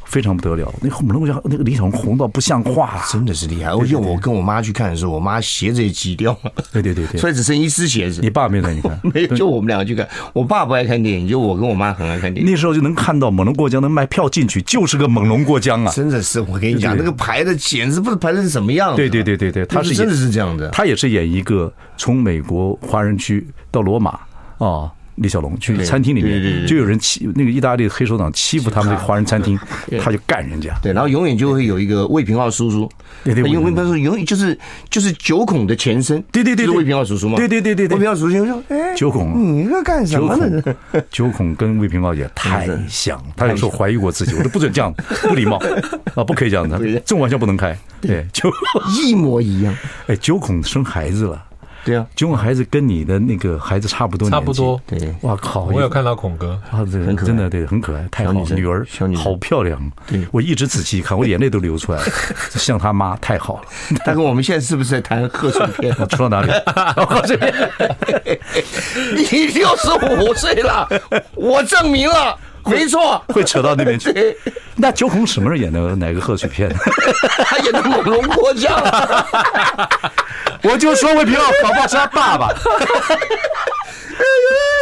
Speaker 1: 非常不得了。那个猛龙家那个李小龙红到不像话啊了，
Speaker 3: 真的是厉害。而且我跟我妈去看的时候，我妈鞋子也挤掉了，
Speaker 1: 对对对对
Speaker 3: 所以只剩一只鞋子，
Speaker 1: 你。爸没有带你看
Speaker 3: 没有，就我们两个去看。我爸不爱看电影，就我跟我妈很爱看电 影。
Speaker 1: 那时候就能看到猛龙过江能卖票进去，就是个猛龙过江啊！
Speaker 3: 真的是，我跟你讲，那个排的简直不知道排的是什么样子。
Speaker 1: 对对对对对，他
Speaker 3: 他
Speaker 1: 是
Speaker 3: 是真的是这样的。
Speaker 1: 他也是演一个从美国华人区到罗马啊。李小龙去餐厅里
Speaker 3: 对对对
Speaker 1: 面，
Speaker 3: 对
Speaker 1: 就有人欺那个意大利黑手党欺负他们的华人餐厅，他就干人家。
Speaker 3: 对，然后永远就会有一个魏平浩叔叔，
Speaker 1: 对对
Speaker 3: 因为
Speaker 1: 魏
Speaker 3: 魏
Speaker 1: 平
Speaker 3: 平浩叔叔永远就是就是九孔的前身，
Speaker 1: 对对对对
Speaker 3: 就是魏平浩叔叔嘛，
Speaker 1: 对对对对对
Speaker 3: 魏平浩叔叔就说，哎，
Speaker 1: 九孔啊
Speaker 3: 你在干什
Speaker 1: 九
Speaker 3: 么呢？
Speaker 1: 孔，九孔跟魏平高 也太像了，他有时候怀疑过自己，我都不准这样，不 礼貌啊，不可以这样的，
Speaker 3: 以
Speaker 1: 这种玩笑不能开。对，九，
Speaker 3: 一模一样，
Speaker 1: 哎，九孔生孩子了，
Speaker 3: 对啊，
Speaker 1: 九孔孩子跟你的那个孩子差不多，
Speaker 2: 差不多。。
Speaker 3: 对，
Speaker 1: 哇靠！
Speaker 2: 我有看到孔哥，
Speaker 1: 啊，对，
Speaker 3: 很可爱
Speaker 1: 真的对，很可爱，太好
Speaker 3: 小女
Speaker 1: 了，
Speaker 3: 生
Speaker 1: 女儿
Speaker 3: 小女生
Speaker 1: 好漂亮。
Speaker 3: 对
Speaker 1: 我一直仔细看，我眼泪都流 出来了，像他妈太好了。
Speaker 3: 他跟我们现在是不是在谈贺岁 片？
Speaker 1: 说到哪里？我这边
Speaker 3: 你六十五岁了，我证明了，没错，
Speaker 1: 会扯到那边去。那九孔什么时候演的哪个贺岁片？
Speaker 3: 他演的猛龙过江，
Speaker 1: 我就说魏平奥搞不好是他爸 爸。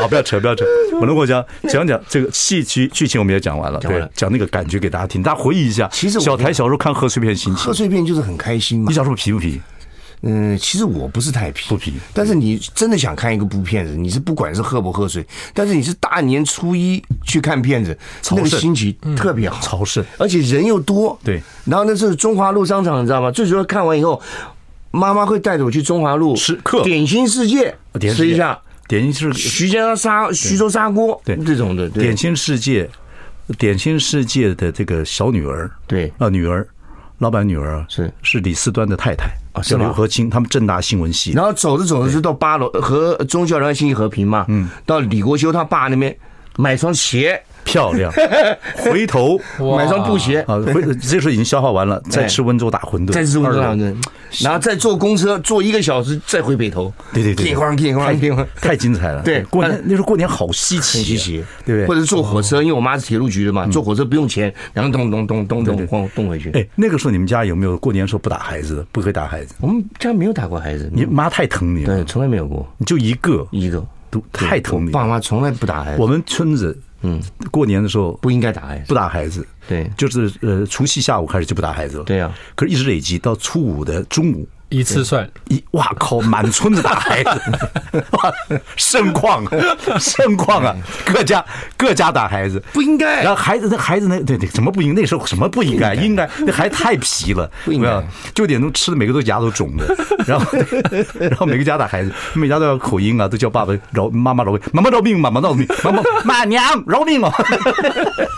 Speaker 1: 好，不要扯，不要扯。猛龙过江，讲讲这个戏剧剧情，我们也讲完了，
Speaker 3: 完了
Speaker 1: 对，讲那个感觉给大家听，大家回忆一下。
Speaker 3: 其实我
Speaker 1: 小台小时候看贺岁片心
Speaker 3: 贺
Speaker 1: 情，
Speaker 3: 岁片就是很开心嘛
Speaker 1: 你。小时候皮不皮？
Speaker 3: 嗯，其实我不是太皮，
Speaker 1: 不皮
Speaker 3: 但是你真的想看一个部片子，你是不管是喝不喝水，但是你是大年初一去看片子，那个
Speaker 1: 盛
Speaker 3: 心情特别好，
Speaker 1: 潮湿
Speaker 3: 而且人又多。
Speaker 1: 嗯对，
Speaker 3: 然后那是中华路商场，你知道吗？最主要看完以后，妈妈会带着我去中华路
Speaker 1: 吃客哦
Speaker 3: 点心世界
Speaker 1: 点心世
Speaker 3: 吃
Speaker 1: 界
Speaker 3: 一下
Speaker 1: 点心是
Speaker 3: 徐家砂徐州砂锅，
Speaker 1: 对
Speaker 3: 这种的对
Speaker 1: 点心世界，点心世界的这个小女儿，
Speaker 3: 对
Speaker 1: 啊，女儿，老板女儿啊
Speaker 3: 是
Speaker 1: 是李四端的太太
Speaker 3: 啊是
Speaker 1: 叫
Speaker 3: 吗
Speaker 1: 刘和清，他们正大新闻系
Speaker 3: 然后走着走着就到八楼和中校良新义和平嘛，嗯，到李国修他爸那边买双鞋，
Speaker 1: 漂 亮，回头。
Speaker 2: 哇
Speaker 3: 买双布鞋，
Speaker 1: 啊，回这时候已经消化完了，再吃温州大馄饨，
Speaker 3: 哎再次
Speaker 1: 二
Speaker 3: 温
Speaker 1: 楼
Speaker 3: 州大人，然后再坐公车坐一个小时再回北投，
Speaker 1: 对对对对
Speaker 3: 叮咣叮咣叮咣，
Speaker 1: 太精彩了。
Speaker 3: 对
Speaker 1: 过年
Speaker 3: 但
Speaker 1: 那时候过年好稀奇啊，
Speaker 3: 很稀奇，
Speaker 1: 对不对？嗯
Speaker 3: 或者坐火车，因为我妈是铁路局的嘛，坐火车不用钱，然后咚咚咚咚
Speaker 1: 对
Speaker 3: 咚
Speaker 1: 对
Speaker 3: 咚咚回去。
Speaker 1: 哎，那个时候你们家有没有过年时候不打孩子的，不可以打孩子？
Speaker 3: 我们家没有打过孩子，
Speaker 1: 你妈太疼你了
Speaker 3: 嗯对，，从来没有过
Speaker 1: 你就一个，
Speaker 3: 一个，
Speaker 1: 都太疼你
Speaker 3: 爸
Speaker 1: 了。
Speaker 3: 妈从来不打孩子，
Speaker 1: 我们村子，嗯，过年的时候
Speaker 3: 不应该打孩
Speaker 1: 不
Speaker 3: 子，
Speaker 1: 打孩子，
Speaker 3: 对
Speaker 1: 就是呃除夕下午开始就不打孩子了。
Speaker 3: 对啊，
Speaker 1: 可是一直累积到初五的中午。
Speaker 2: 一次算
Speaker 1: 一哇靠！满村子打 孩子，哇，盛况盛况啊！各家各家打孩子，
Speaker 3: 不应该
Speaker 1: 然后孩子，那孩子那对对，怎么不应？那时候什么不应该？应该那孩子太皮了，
Speaker 3: 不应该
Speaker 1: 有没有，九点钟吃的每个都牙都肿的，然后 然后每个家打孩子，每家都要口音啊，都叫爸爸饶妈妈饶命，妈妈饶命，妈妈饶命，妈妈妈娘饶命哦，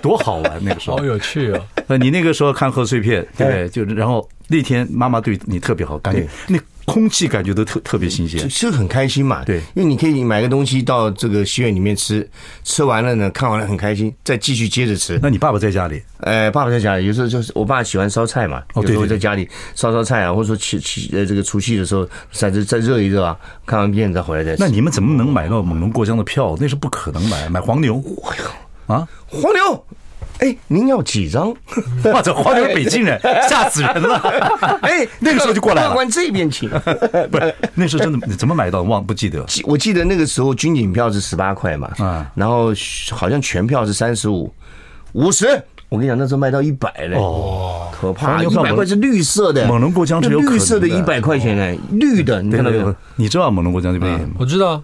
Speaker 1: 多好玩那个时候
Speaker 2: 好。有趣哦。
Speaker 1: 呃，你那个时候看贺岁片，对不对？就然后那天妈妈对你特别好，感觉那空气感觉都特特别新
Speaker 3: 就
Speaker 1: 鲜。
Speaker 3: 是很开心嘛，
Speaker 1: 对
Speaker 3: 因为你可以买个东西到这个戏院里面吃，吃完了呢，看完了很开心，再继续接着吃。
Speaker 1: 那你爸爸在家里，
Speaker 3: 呃，爸爸在家里，有时候就是我爸喜欢烧菜嘛，
Speaker 1: 哦对
Speaker 3: 有时候
Speaker 1: 对对
Speaker 3: 在家里烧烧菜啊，或者说去去呃这个除夕的时候，再再再热一热啊，看完片再回来再吃。
Speaker 1: 那你们怎么能买到猛龙过江的票？那是不可能买，买黄牛啊！
Speaker 3: 黄牛，哎，您要几张？
Speaker 1: 哇，这黄牛是北京人，吓死人了！
Speaker 3: 哎，
Speaker 1: 那个时候就过来了
Speaker 3: 客官这边请。
Speaker 1: 不是，那时候真的你怎么买到？忘不记得。
Speaker 3: 记我记得那个时候军警票是十八块嘛，
Speaker 1: 啊
Speaker 3: 然后好像全票是三十五、五十。我跟你讲，那时候卖到一百嘞，哦，可
Speaker 1: 黄
Speaker 3: 怕！
Speaker 1: 牛
Speaker 3: 一
Speaker 1: 票
Speaker 3: 百块是绿色的，
Speaker 1: 猛龙过江是有可能的
Speaker 3: 绿色的一百块钱嘞，绿的，你
Speaker 1: 对
Speaker 3: 看到
Speaker 1: 对
Speaker 3: 没
Speaker 1: 对
Speaker 3: 有？，
Speaker 1: 你知道猛龙过江这部电影吗？
Speaker 2: 我知道，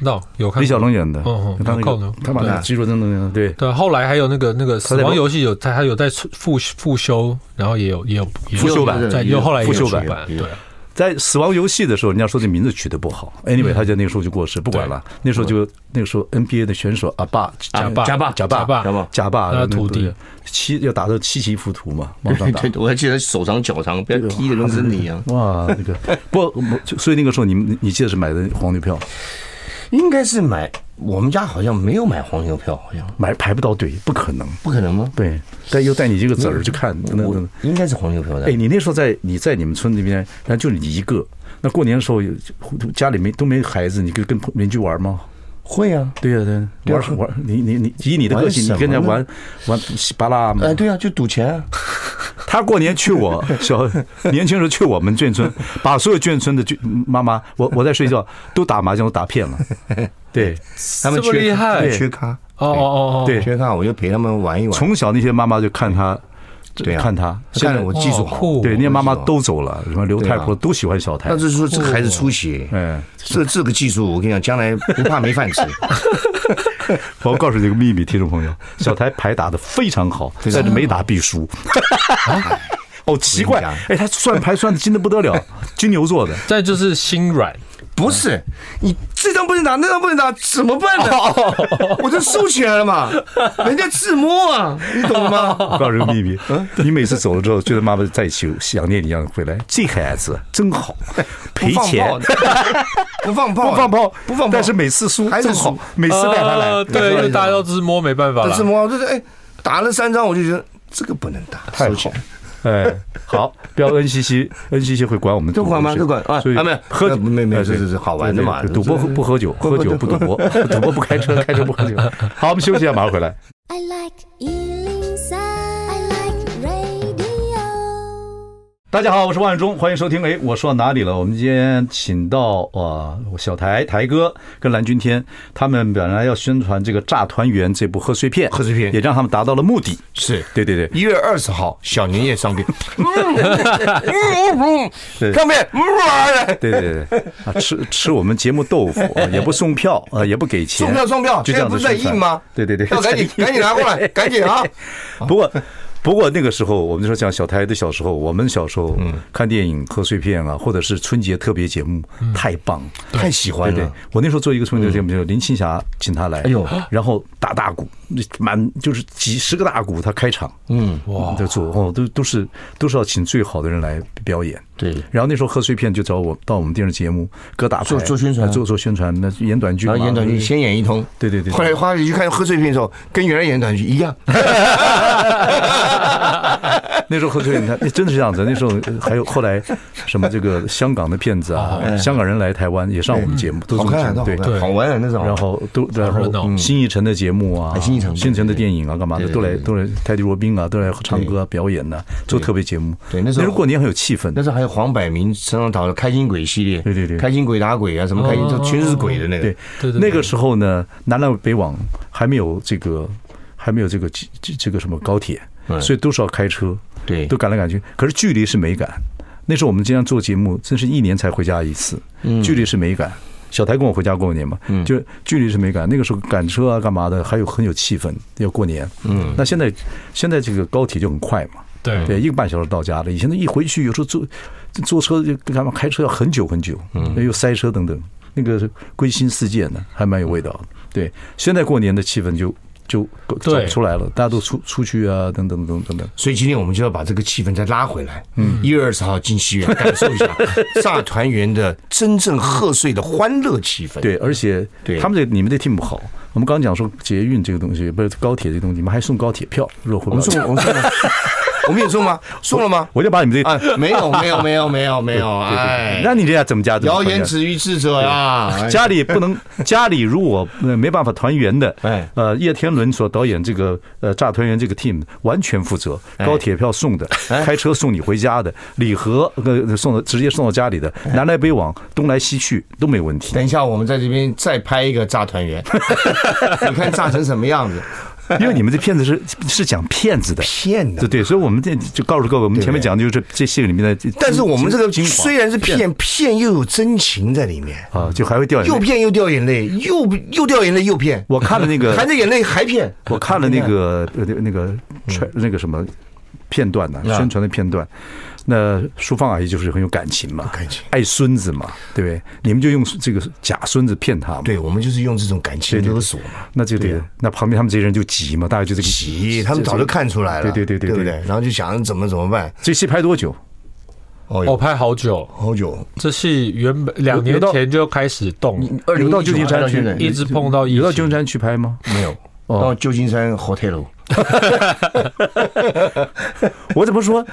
Speaker 2: 知道有看
Speaker 1: 李小龙演的，
Speaker 2: 哦哦
Speaker 1: 他那
Speaker 2: 有看
Speaker 1: 个
Speaker 2: 过
Speaker 1: 他把那个肌肉真的对
Speaker 2: 对，啊后来还有那个那个死
Speaker 1: 在
Speaker 2: 亡
Speaker 1: 帮
Speaker 2: 游戏有他还有在复复修，然后也有也有也有
Speaker 1: 复修版
Speaker 2: 在
Speaker 3: 也有
Speaker 2: 又后来也有
Speaker 1: 复修版
Speaker 2: 出版，对啊，
Speaker 1: 在《死亡游戏》的时候，人家说这名字取得不好。Anyway，他就那个时候就过世，不管了。那时候就那个时候 NBA 的选手阿爸
Speaker 2: 贾巴
Speaker 1: 贾巴
Speaker 2: 贾
Speaker 1: 巴
Speaker 2: 巴
Speaker 1: 贾巴
Speaker 2: 贾巴
Speaker 1: 贾巴
Speaker 2: 他的
Speaker 1: 那
Speaker 2: 徒弟
Speaker 1: 对七要打到七级浮屠嘛，往上打
Speaker 3: 对。，我还记得手长脚长，不要踢的跟真理一样。
Speaker 1: 哇，那个不，就所以那个时候你们你记得是买的黄牛票，
Speaker 3: 应该是买，我们家好像没有买黄牛票，好像
Speaker 1: 买排不到队，不可能。
Speaker 3: 不可能吗？
Speaker 1: 对，但又带你这个子儿去看，那
Speaker 3: 我
Speaker 1: 那
Speaker 3: 应该是黄牛票的
Speaker 1: 哎，。你那时候在你在你们村那边，然后就你一个，那过年的时候有家里没都没孩子，你跟跟朋邻居玩吗？
Speaker 3: 会啊，
Speaker 1: 对呀、对呀、
Speaker 3: 对啊
Speaker 1: 玩玩你你你以你的
Speaker 3: 玩
Speaker 1: 个性，
Speaker 3: 什
Speaker 1: 你跟人家
Speaker 3: 么
Speaker 1: 玩玩稀巴拉嘛
Speaker 3: 哎，。对啊，就赌钱啊，
Speaker 1: 呃他过年去 我小年轻时候去我们眷 村，把所有眷村的眷妈妈， 我我在睡觉都打麻将都打遍 了。对，
Speaker 3: 他们
Speaker 2: 这么
Speaker 3: 缺
Speaker 2: 厉害
Speaker 3: 他们缺咖，
Speaker 2: 哦哦哦哦，
Speaker 1: 对
Speaker 3: 缺咖，我就陪他们玩一玩。
Speaker 1: 从小那些妈妈就看他，
Speaker 3: 对啊
Speaker 1: 看他，
Speaker 3: 看了我技术
Speaker 2: 哦
Speaker 3: 好，
Speaker 2: 酷
Speaker 1: 对，那些妈妈
Speaker 3: 我
Speaker 1: 都走了，什么刘
Speaker 3: 对
Speaker 1: 太
Speaker 3: 啊
Speaker 1: 婆都喜欢小太
Speaker 3: 那。就是说这个孩子出息，
Speaker 1: 嗯，
Speaker 3: 这这个技术我跟你讲，将来不怕没饭吃。
Speaker 1: 我告诉你个秘密，听众 朋友，小台牌打得非常好，但是没打必输。 哦，奇怪
Speaker 3: 啊我跟你，
Speaker 1: 哎，他算牌算的精的不得 了，金牛座的。
Speaker 2: 再就是心软，
Speaker 3: 不是，你这张不能打，那张不能打，怎么办呢？我就收起来了嘛，人家自摸啊，你懂吗？嗯
Speaker 1: 我告诉你个秘密，你每次走了之后，觉得妈妈在一起想念你一样回来，这孩子真 好，赔钱
Speaker 3: 不放炮 的，
Speaker 1: 不放炮，
Speaker 3: 不放炮，
Speaker 1: 但是每次输
Speaker 3: 还是
Speaker 1: 真好
Speaker 3: 输，
Speaker 1: 每次带他来
Speaker 2: 呃，对，因为大家都自摸，没办法
Speaker 3: 但
Speaker 2: 了
Speaker 3: 自。摸，我就是哎，打了三张，我就觉得这个不能打，
Speaker 1: 太
Speaker 3: 收起
Speaker 1: 好
Speaker 3: 来。。
Speaker 1: 哎，好，不要 NCC，NCC 会管我们赌
Speaker 3: 都
Speaker 1: 博
Speaker 3: 管吗
Speaker 1: 是
Speaker 3: 都管啊
Speaker 1: 所以
Speaker 3: 啊没有
Speaker 1: 喝酒
Speaker 3: 呃没没
Speaker 1: 哎
Speaker 3: 这
Speaker 1: 对
Speaker 3: 这是好玩的嘛
Speaker 1: 对对赌博
Speaker 3: 这
Speaker 1: 不不喝酒，
Speaker 3: 不
Speaker 1: 喝酒不赌
Speaker 3: 不
Speaker 1: 博，赌博不开车，开车不喝酒。好，我们休息一下，马上回来。
Speaker 4: I like Ealing Sound. I like radio.
Speaker 1: 大家好，我是万永忠，欢迎收听。哎，我说到哪里了？我们今天请到啊、呃小台台哥跟蓝钧天，他们本来要宣传这个《炸团圆》这部贺岁片，
Speaker 3: 贺岁片
Speaker 1: 也让他们达到了目 的。
Speaker 3: 是
Speaker 1: 对对对，
Speaker 3: 一月二十号小年夜商店，
Speaker 1: 对
Speaker 3: 看面，
Speaker 1: 对对对对，啊，吃吃我们节目豆腐，啊也不送票，啊，也不给钱，
Speaker 3: 送票送票
Speaker 1: 就这样子
Speaker 3: 现在不是在
Speaker 1: 宣传
Speaker 3: 印吗
Speaker 1: 对对对，
Speaker 3: 要赶紧赶紧拿过来，赶紧啊！
Speaker 1: 不过。不过那个时候，我们就说讲小台的小时候，我们小时候
Speaker 3: 嗯
Speaker 1: 看电影、贺岁片啊，或者是春节特别节目，
Speaker 3: 嗯
Speaker 1: 太棒了。
Speaker 3: 太喜欢
Speaker 1: 对对
Speaker 3: 了，，
Speaker 1: 我那时候做一个春节节目，就是林青霞请他来，哎
Speaker 3: 嗯呦，
Speaker 1: 然后打大鼓，满就是几十个大鼓，他开场，嗯，哇，都做哦，都都是都是要请最好的人来表演，
Speaker 3: 对
Speaker 1: 然后那时候贺岁片就找我到我们电视节目歌打牌
Speaker 3: 做做宣传
Speaker 1: 做做宣传，那演短剧嘛，
Speaker 3: 然后演短剧
Speaker 1: 对
Speaker 3: 先演一通，
Speaker 1: 对对对对
Speaker 3: 后来花去看贺岁片的时候，跟原来演短剧一样，
Speaker 1: 那时候贺岁片，你看那真的是这样子。那时候还有后来什么这个香港的片子啊，香港人来台湾也上我们节目，都
Speaker 3: 好
Speaker 1: 是我们
Speaker 3: 看
Speaker 1: 节目
Speaker 3: 啊，都好
Speaker 1: 对。
Speaker 3: 看，好玩啊那种。
Speaker 1: 然后都然
Speaker 2: 热闹
Speaker 1: 后新一城的节目啊，
Speaker 3: 哎新艺城
Speaker 1: 新艺城的电影啊，干嘛的
Speaker 3: 对对
Speaker 1: 都来
Speaker 3: 对
Speaker 1: 都来泰迪罗宾啊，都来唱歌啊表演呐，做特别节目。
Speaker 3: 对那时候
Speaker 1: 过年很有气氛
Speaker 3: 那。时候还有黄百鸣、陈上岛的《开心鬼》系列，
Speaker 1: 对对对
Speaker 3: 开心鬼打鬼啊，什么开心，
Speaker 2: 哦
Speaker 3: 这全是鬼的那个
Speaker 1: 对。，
Speaker 2: 对对对
Speaker 1: 那个时候呢，南来北往还没有这个还没有这个这这这个什么高铁，
Speaker 3: 嗯
Speaker 1: 所以都是要开车，
Speaker 3: 对
Speaker 1: 都赶来赶去。可是距离是美感。那时候我们经常做节目，真是一年才回家一次，距离是美感。小台跟我回家过年嘛，就距离是美感。那个时候赶车啊，干嘛的，还有很有气氛，要过年。嗯，那现在现在这个高铁就很快嘛，
Speaker 2: 对
Speaker 1: 对，一个半小时到家了。以前那一回去，有时候坐坐车就干嘛开车要很久很久，嗯，又塞车等等，那个归心似箭呢，还蛮有味道的。对，现在过年的气氛就就走
Speaker 2: 对
Speaker 1: 出来了，大家都出出去啊，等等等等等。
Speaker 3: 所以今天我们就要把这个气氛再拉回来。嗯，一月二十号进戏院感受一下炸团圆的真正贺岁的欢乐气氛。，
Speaker 1: 对，而且
Speaker 3: 对
Speaker 1: 他们这你们这 team 好，我们刚刚讲说捷运这个东西，不是高铁这个东西，你们还送高铁票，如果
Speaker 3: 我
Speaker 1: 回
Speaker 3: 们
Speaker 1: 不
Speaker 3: 送
Speaker 1: 了
Speaker 3: 了，我们送了，我们有送吗？送了吗？
Speaker 1: 我就把你们这，
Speaker 3: 啊，没有，没有，没有，没有，没有，哎，
Speaker 1: 那你这样怎么加？
Speaker 3: 谣言哎止于智者呀！哎
Speaker 1: 家里不能，家里如果呃没办法团圆的，
Speaker 3: 哎
Speaker 1: 呃，叶天伦所导演这个呃《炸团圆》这个 team 完全负责，
Speaker 3: 哎
Speaker 1: 高铁票送的，开车送你回家的，礼盒呃送到直接送到家里的，
Speaker 3: 哎
Speaker 1: 南来北往，东来西去都没问题。
Speaker 3: 等一下，我们在这边再拍一个炸团圆，你看炸成什么样子？
Speaker 1: 因为你们这片子是是讲骗子的，
Speaker 3: 骗
Speaker 1: 对
Speaker 3: 的！
Speaker 1: 对，所以我们这就告诉各位，我们前面讲的就是这这戏里面的精，
Speaker 3: 但是我们这个
Speaker 1: 精华
Speaker 3: 虽然是骗，骗又有真情在里面，
Speaker 1: 啊，就还会掉眼
Speaker 3: 又
Speaker 1: 泪。
Speaker 3: 骗又掉眼泪，又又掉眼泪又骗，
Speaker 1: 我看了那个
Speaker 3: 含着眼泪还骗。
Speaker 1: 我看了那个呃那那个传那个什么片段呢、
Speaker 3: 嗯啊
Speaker 1: 宣传的片段。那淑芳阿姨就是很有感情嘛，
Speaker 3: 感情
Speaker 1: 爱孙子嘛，对不对？你们就用这个假孙子骗他嘛，
Speaker 3: 对，我们就是用这种感情勒索嘛，
Speaker 1: 那就对了。那旁边他们这些人就急嘛，大概就这个
Speaker 3: 急，他们早就看出来了，
Speaker 1: 对对对对
Speaker 3: 对，
Speaker 1: 对
Speaker 3: 不对？然后就想怎么怎么办？
Speaker 1: 这戏拍多久？
Speaker 3: 哦
Speaker 2: 我
Speaker 3: 哟，
Speaker 2: 拍好久，
Speaker 3: 好久，
Speaker 2: 这戏原本两年前就开始动，
Speaker 3: 二
Speaker 1: 有到旧金山去，哦
Speaker 2: 一直碰到疫
Speaker 1: 有到旧
Speaker 2: 情
Speaker 1: 金山去拍吗？
Speaker 3: 没有，到旧金山 hotel。
Speaker 1: 我怎么说？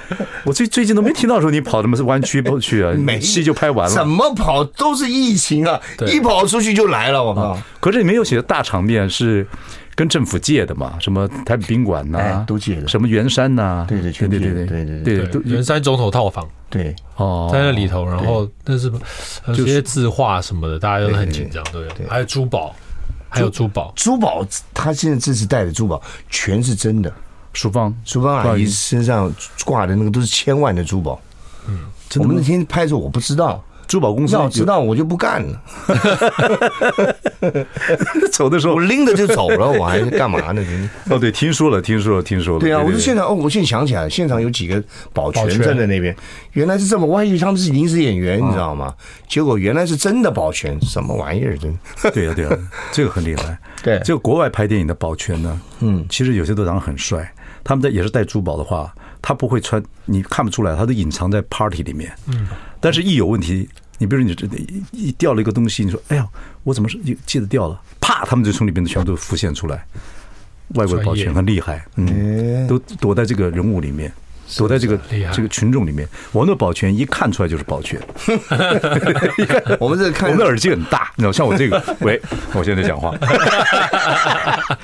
Speaker 1: 我最最近都没听到说你跑什么湾区不去啊？
Speaker 3: 没
Speaker 1: 戏就拍完
Speaker 3: 怎
Speaker 1: 了。
Speaker 3: 么跑都是疫情啊，
Speaker 2: 对
Speaker 3: 一跑出去就来了，我靠！
Speaker 1: 可是你没有写大场面是跟政府借的嘛？什么台北宾馆呐、
Speaker 3: 哎都借的
Speaker 1: 什么圆山呐、
Speaker 3: 对对
Speaker 1: 对
Speaker 3: 全
Speaker 1: 对
Speaker 3: 借
Speaker 1: 对
Speaker 3: 的
Speaker 1: 对
Speaker 3: 对对
Speaker 1: 对
Speaker 2: 对，圆山总统套房
Speaker 3: 对，
Speaker 1: 哦，
Speaker 2: 在那里头，然后但是有
Speaker 1: 就是
Speaker 2: 些字画什么的，大家都很紧张，对，还有珠宝，还有珠宝，
Speaker 3: 珠宝他现在这次戴的珠宝全是真的，
Speaker 1: 淑芳，
Speaker 3: 淑芳阿姨身上挂的那个都是千万的珠宝。嗯，我们那天拍的时候我不知道，
Speaker 1: 珠宝公司
Speaker 3: 要知道我就不干了，
Speaker 1: 有 走的时候
Speaker 3: 我，拎着就走了， 我还干嘛呢？
Speaker 1: 哦对，听说了，听说了，听说了。
Speaker 3: 对啊，我就
Speaker 1: 对
Speaker 3: 现场哦，我现在想起来了，现场有几个保全
Speaker 2: 保全
Speaker 3: 站在那边，原来是这么，我还以为他们是临时演员，你知道吗？结果原来是真的保全，什么玩意儿？真的
Speaker 1: 对呀、对呀、这个很厉害。
Speaker 3: 对
Speaker 1: 这个国外拍电影的保全呢，嗯，其实有些都长得很帅，他们在也是戴珠宝的话，他不会穿，你看不出来，他都隐藏在 party 里面。嗯，但是一有问题，你比如你这一掉了一个东西，你说，哎呀，我怎么是记得掉了？啪，他们就从里面全部都浮现出来。外国的保全
Speaker 2: 专业
Speaker 1: 很厉害，
Speaker 3: 哎
Speaker 1: 嗯，都躲在这个人物里面。躲在这个
Speaker 2: 厉害
Speaker 1: 这个群众里面，我们的保全一看出来就是保全，
Speaker 3: 我们这看
Speaker 1: 我们的耳机很大，你知道，像我这个， 喂，我现在讲话，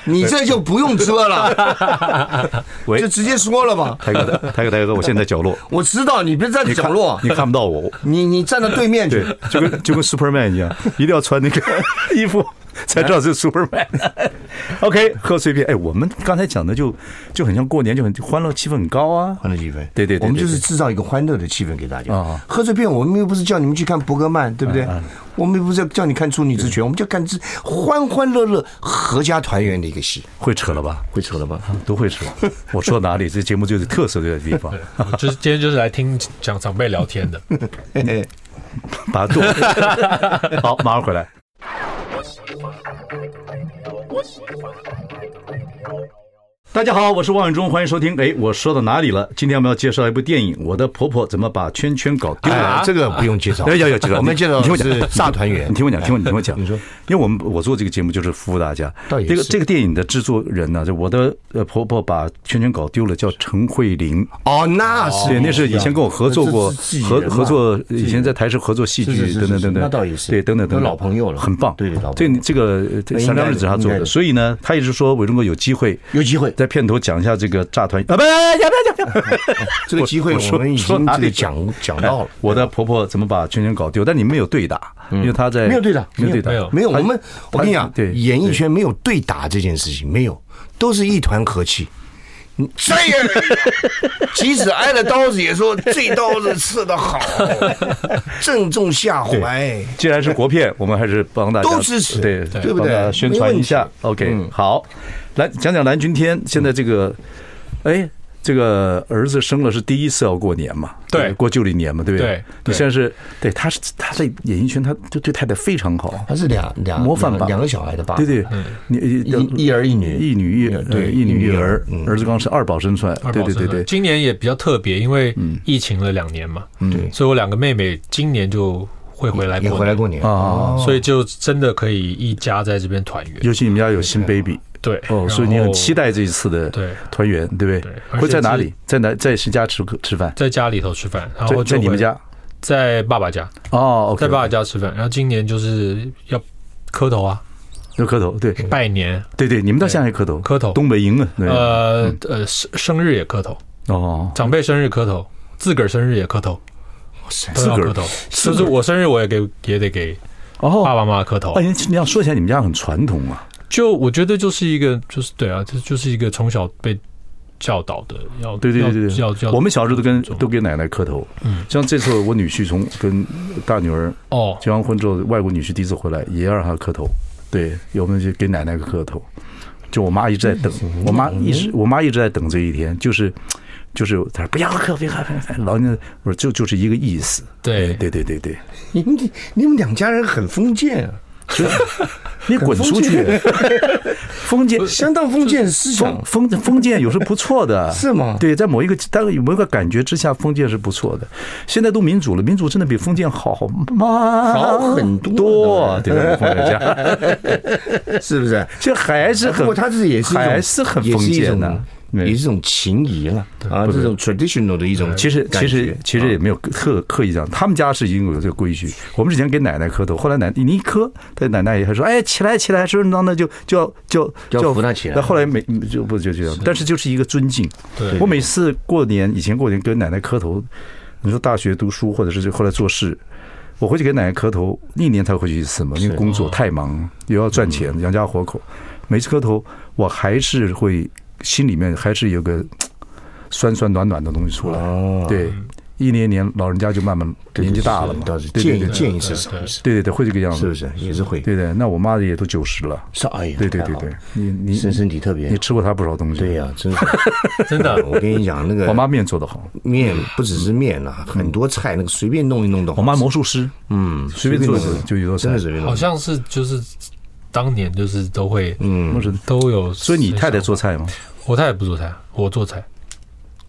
Speaker 3: 你这就不用遮了，
Speaker 1: 喂
Speaker 3: 就，直接说了吧。
Speaker 1: 台哥，台哥，台哥，我 现在在角落，
Speaker 3: 我知道你别站
Speaker 1: 你看
Speaker 3: 角落，
Speaker 1: 你看不到 我，
Speaker 3: 你你站到对面去
Speaker 1: 对。，就跟就跟 Superman 一样，一定要穿那 个衣服才知道是 Superman。OK，贺岁片，哎，我们刚才讲的就就很像过年，就很欢乐气氛很高啊。
Speaker 3: 欢乐气氛，
Speaker 1: 对对对对
Speaker 3: 我们就是
Speaker 1: 对
Speaker 3: 制造一个欢乐的气氛给大家
Speaker 1: 啊。
Speaker 3: 贺岁片，我们又不是叫你们去看伯格曼，对不对？我们又不是叫你看《处女之泉》，我们就看这欢欢乐乐、合家团圆的一个戏，
Speaker 1: 会扯了吧？
Speaker 3: 会扯了吧？
Speaker 1: 都会扯。我说哪里？这节目就是特色的地方，
Speaker 2: 我就是今天就是来听讲长辈聊天的。
Speaker 1: 把它做好好。马上回来。大家好，我是王永忠，欢迎收听。哎，我说到哪里了？今天我们要介绍一部电影《我的婆婆怎么把圈圈搞丢了》。
Speaker 3: 哎，这个不用 介绍，
Speaker 1: 要要要介绍，
Speaker 3: 我们介绍
Speaker 1: 你听我
Speaker 3: 的
Speaker 1: 讲
Speaker 3: 是大团圆 哎
Speaker 1: 你。听我讲，听我你听我讲，
Speaker 3: 你说，
Speaker 1: 因为我们我做这个节目就是服务大家。
Speaker 3: 倒也
Speaker 1: 这个
Speaker 3: 是
Speaker 1: 这个电影的制作人呢，就我的呃婆婆把圈圈搞丢了，叫陈慧琳。
Speaker 3: 哦，那是啊
Speaker 1: 对，那是以前跟我合作过
Speaker 3: 这是自己，
Speaker 1: 合
Speaker 3: 人嘛
Speaker 1: 合作以前在台视合作戏
Speaker 3: 是是
Speaker 1: 剧
Speaker 3: 是
Speaker 1: 等等
Speaker 3: 是
Speaker 1: 等等，
Speaker 3: 那倒也是
Speaker 1: 对，等等等等，
Speaker 3: 都老朋友了
Speaker 1: 很棒。
Speaker 3: 对对老朋
Speaker 1: 这
Speaker 3: 友
Speaker 1: 这个呃这
Speaker 3: 那应该
Speaker 1: 闪亮日子他做
Speaker 3: 的应该
Speaker 1: 的，
Speaker 3: 的
Speaker 1: 所以呢，他一直说伟忠哥有机会，
Speaker 3: 有机会哎
Speaker 1: 在片头讲一下这个炸团哎啊，不不不不不不，
Speaker 3: 这个机会，
Speaker 1: 我说
Speaker 3: 我们已
Speaker 1: 说
Speaker 3: 经
Speaker 1: 哪
Speaker 3: 这
Speaker 1: 里
Speaker 3: 个讲讲到了。嗯
Speaker 1: 我的婆婆怎么把圈圈搞丢，但你们没有对打，因为她在
Speaker 3: 没有对打
Speaker 1: 哎没有对打，
Speaker 2: 没有
Speaker 3: 没有，
Speaker 1: 他
Speaker 3: 我们我跟你讲，
Speaker 1: 对
Speaker 3: 演艺圈没有对打这件事情，没有，都是一团 和气。你这人，即使挨了刀子，也说这刀子刺 的好，正中下怀。
Speaker 1: 既然是国片，我们还是帮大家
Speaker 3: 都支持
Speaker 1: 对
Speaker 3: 对不
Speaker 1: 帮
Speaker 3: 对
Speaker 1: 大家宣传一下。OK，好，
Speaker 3: 嗯
Speaker 1: 来讲讲蓝钧天现在这个，
Speaker 3: 嗯
Speaker 1: 哎，这个儿子生了是第一次要过年嘛？
Speaker 2: 对
Speaker 1: 过旧历年嘛，对不
Speaker 2: 对
Speaker 1: 你
Speaker 2: 对
Speaker 1: 现在是对，他是他在演艺圈，他对对太太非常好，
Speaker 3: 他是俩俩
Speaker 1: 模范爸，
Speaker 3: 两个小孩的爸，
Speaker 1: 对对，你
Speaker 3: 啊嗯一一儿一女
Speaker 1: 一女一呃
Speaker 3: 对
Speaker 1: 一女
Speaker 3: 一
Speaker 1: 一
Speaker 3: 女一
Speaker 1: 儿
Speaker 3: 儿，嗯
Speaker 1: 儿子刚是二宝生出来
Speaker 2: 二，
Speaker 1: 对
Speaker 2: 宝
Speaker 1: 对
Speaker 2: 生
Speaker 1: 对
Speaker 2: 的
Speaker 1: 对，
Speaker 2: 今年也比较特别，因为疫情了两年嘛，嗯，所以我两个妹妹今年就会回来
Speaker 3: 也
Speaker 2: 过
Speaker 3: 回来过年
Speaker 1: 啊，
Speaker 2: 所以就真的可以一家在这边团圆。
Speaker 1: 尤其你们家有新 baby。
Speaker 2: 对，
Speaker 1: 哦，
Speaker 2: 然
Speaker 1: 所以你很期
Speaker 2: 后
Speaker 1: 待这一次的
Speaker 2: 对
Speaker 1: 团圆，对不
Speaker 2: 对
Speaker 1: 对？
Speaker 2: 而
Speaker 1: 会
Speaker 2: 且
Speaker 1: 在哪
Speaker 2: 是
Speaker 1: 里？在哪？在谁家吃吃饭？
Speaker 2: 在家里头吃饭，然
Speaker 1: 在
Speaker 2: 后
Speaker 1: 在
Speaker 2: 啊就
Speaker 1: 你们
Speaker 2: 会
Speaker 1: 家？
Speaker 2: 在爸爸家，
Speaker 1: 哦，OK，
Speaker 2: 在爸爸家吃饭。然后今年就是要磕头啊，
Speaker 1: 就磕头，对
Speaker 2: 拜年，
Speaker 1: 对对，你们到现在还磕头，
Speaker 2: 磕头
Speaker 1: 东北营啊，对
Speaker 2: 呃呃，生生日也磕头，
Speaker 1: 哦，
Speaker 2: 长辈生日磕头，自个儿生日也磕头，都
Speaker 1: 自
Speaker 2: 要
Speaker 1: 个儿
Speaker 2: 磕头。啊就是我生日我也给也得给爸
Speaker 1: 哦，
Speaker 2: 爸妈妈磕头
Speaker 1: 哎，。你你要说起来，你们家很传统啊，
Speaker 2: 就我觉得就是一个就是对啊，这就是一个从小被教导的要
Speaker 1: 对对对
Speaker 2: 要
Speaker 1: 对
Speaker 2: 要
Speaker 1: 对，
Speaker 2: 要
Speaker 1: 我们小时候都跟都给奶奶磕头，嗯，像这次我女婿从跟大女儿
Speaker 2: 哦
Speaker 1: 结完婚之后，外国女婿第一次回来，也要让她磕头，对，有没有就给奶奶磕头？就我妈一直在等，我妈一
Speaker 3: 嗯
Speaker 1: 直我妈一直在等这一天，就是就是她说不要磕，别磕，别磕，老人家我说就就是一个意思，
Speaker 2: 对
Speaker 1: 对对对对，
Speaker 3: 你们你们两家人很封建啊，
Speaker 1: 你滚出去！ 封建
Speaker 3: 相当封建思想
Speaker 1: 封。封封建有时候不错的，
Speaker 3: 是吗
Speaker 1: 对，在某一个当然有某一个感觉之下，封建是不错的。现在都民主了，民主真的比封建好吗？
Speaker 3: 好很多
Speaker 1: 多，对吧？封建家，
Speaker 3: 是不是？
Speaker 1: 这还是很，
Speaker 3: 不过他这也是一种
Speaker 1: 还是很封
Speaker 3: 也是一
Speaker 1: 建
Speaker 3: 种
Speaker 1: 的。对
Speaker 3: 也是一种情谊了啊，这种 traditional 的一种感觉。
Speaker 1: 其
Speaker 3: 啊
Speaker 1: 实其实其实也没有特刻意这样，他们家是已经有这个规矩。我们之前给奶奶磕头，后来奶你一磕，他奶奶也还说：“哎，起来起来，顺顺当当就就要就
Speaker 3: 就要扶她起来
Speaker 1: 那后来没就不就这样，但是就是一个尊敬。
Speaker 2: 对
Speaker 1: 我每次过年以前过年跟奶奶磕头，你说大学读书或者是后来做事。我回去给奶奶磕头，一年才回去一次嘛，因为工作太忙，也要赚钱养家活口。每次磕头，我还是会心里面还是有个酸酸暖暖的东西出来。
Speaker 3: 哦，
Speaker 1: 对，一年一年老人家就慢慢
Speaker 3: 对
Speaker 1: 年纪大了嘛，
Speaker 3: 倒是
Speaker 1: 对对
Speaker 3: 建
Speaker 1: 对
Speaker 3: 议
Speaker 1: 对
Speaker 3: 建议是什么意思？
Speaker 1: 对对，会这个样
Speaker 3: 是
Speaker 1: 子
Speaker 3: 不，是也是会？
Speaker 1: 对对。那我妈也都九十了，
Speaker 3: 是哎呀，
Speaker 1: 对对对
Speaker 3: 太好
Speaker 1: 对
Speaker 3: 了，
Speaker 1: 你你
Speaker 3: 身身体特别
Speaker 1: 你。吃过她不少东西，
Speaker 3: 对呀、真是。
Speaker 2: 真的啊
Speaker 3: 我跟你讲，那个
Speaker 1: 我妈面做的好，
Speaker 3: 面不只是面啊，很多菜那个随便弄一弄的。
Speaker 1: 我妈魔术师，
Speaker 3: 嗯，
Speaker 1: 随便做一做
Speaker 3: 弄
Speaker 1: 就有道菜
Speaker 3: 真的随便弄。
Speaker 2: 好像是就是当年就是都会
Speaker 1: 嗯，
Speaker 2: 都有，
Speaker 1: 所以你太太做菜吗？
Speaker 2: 我太太不做菜，我做菜，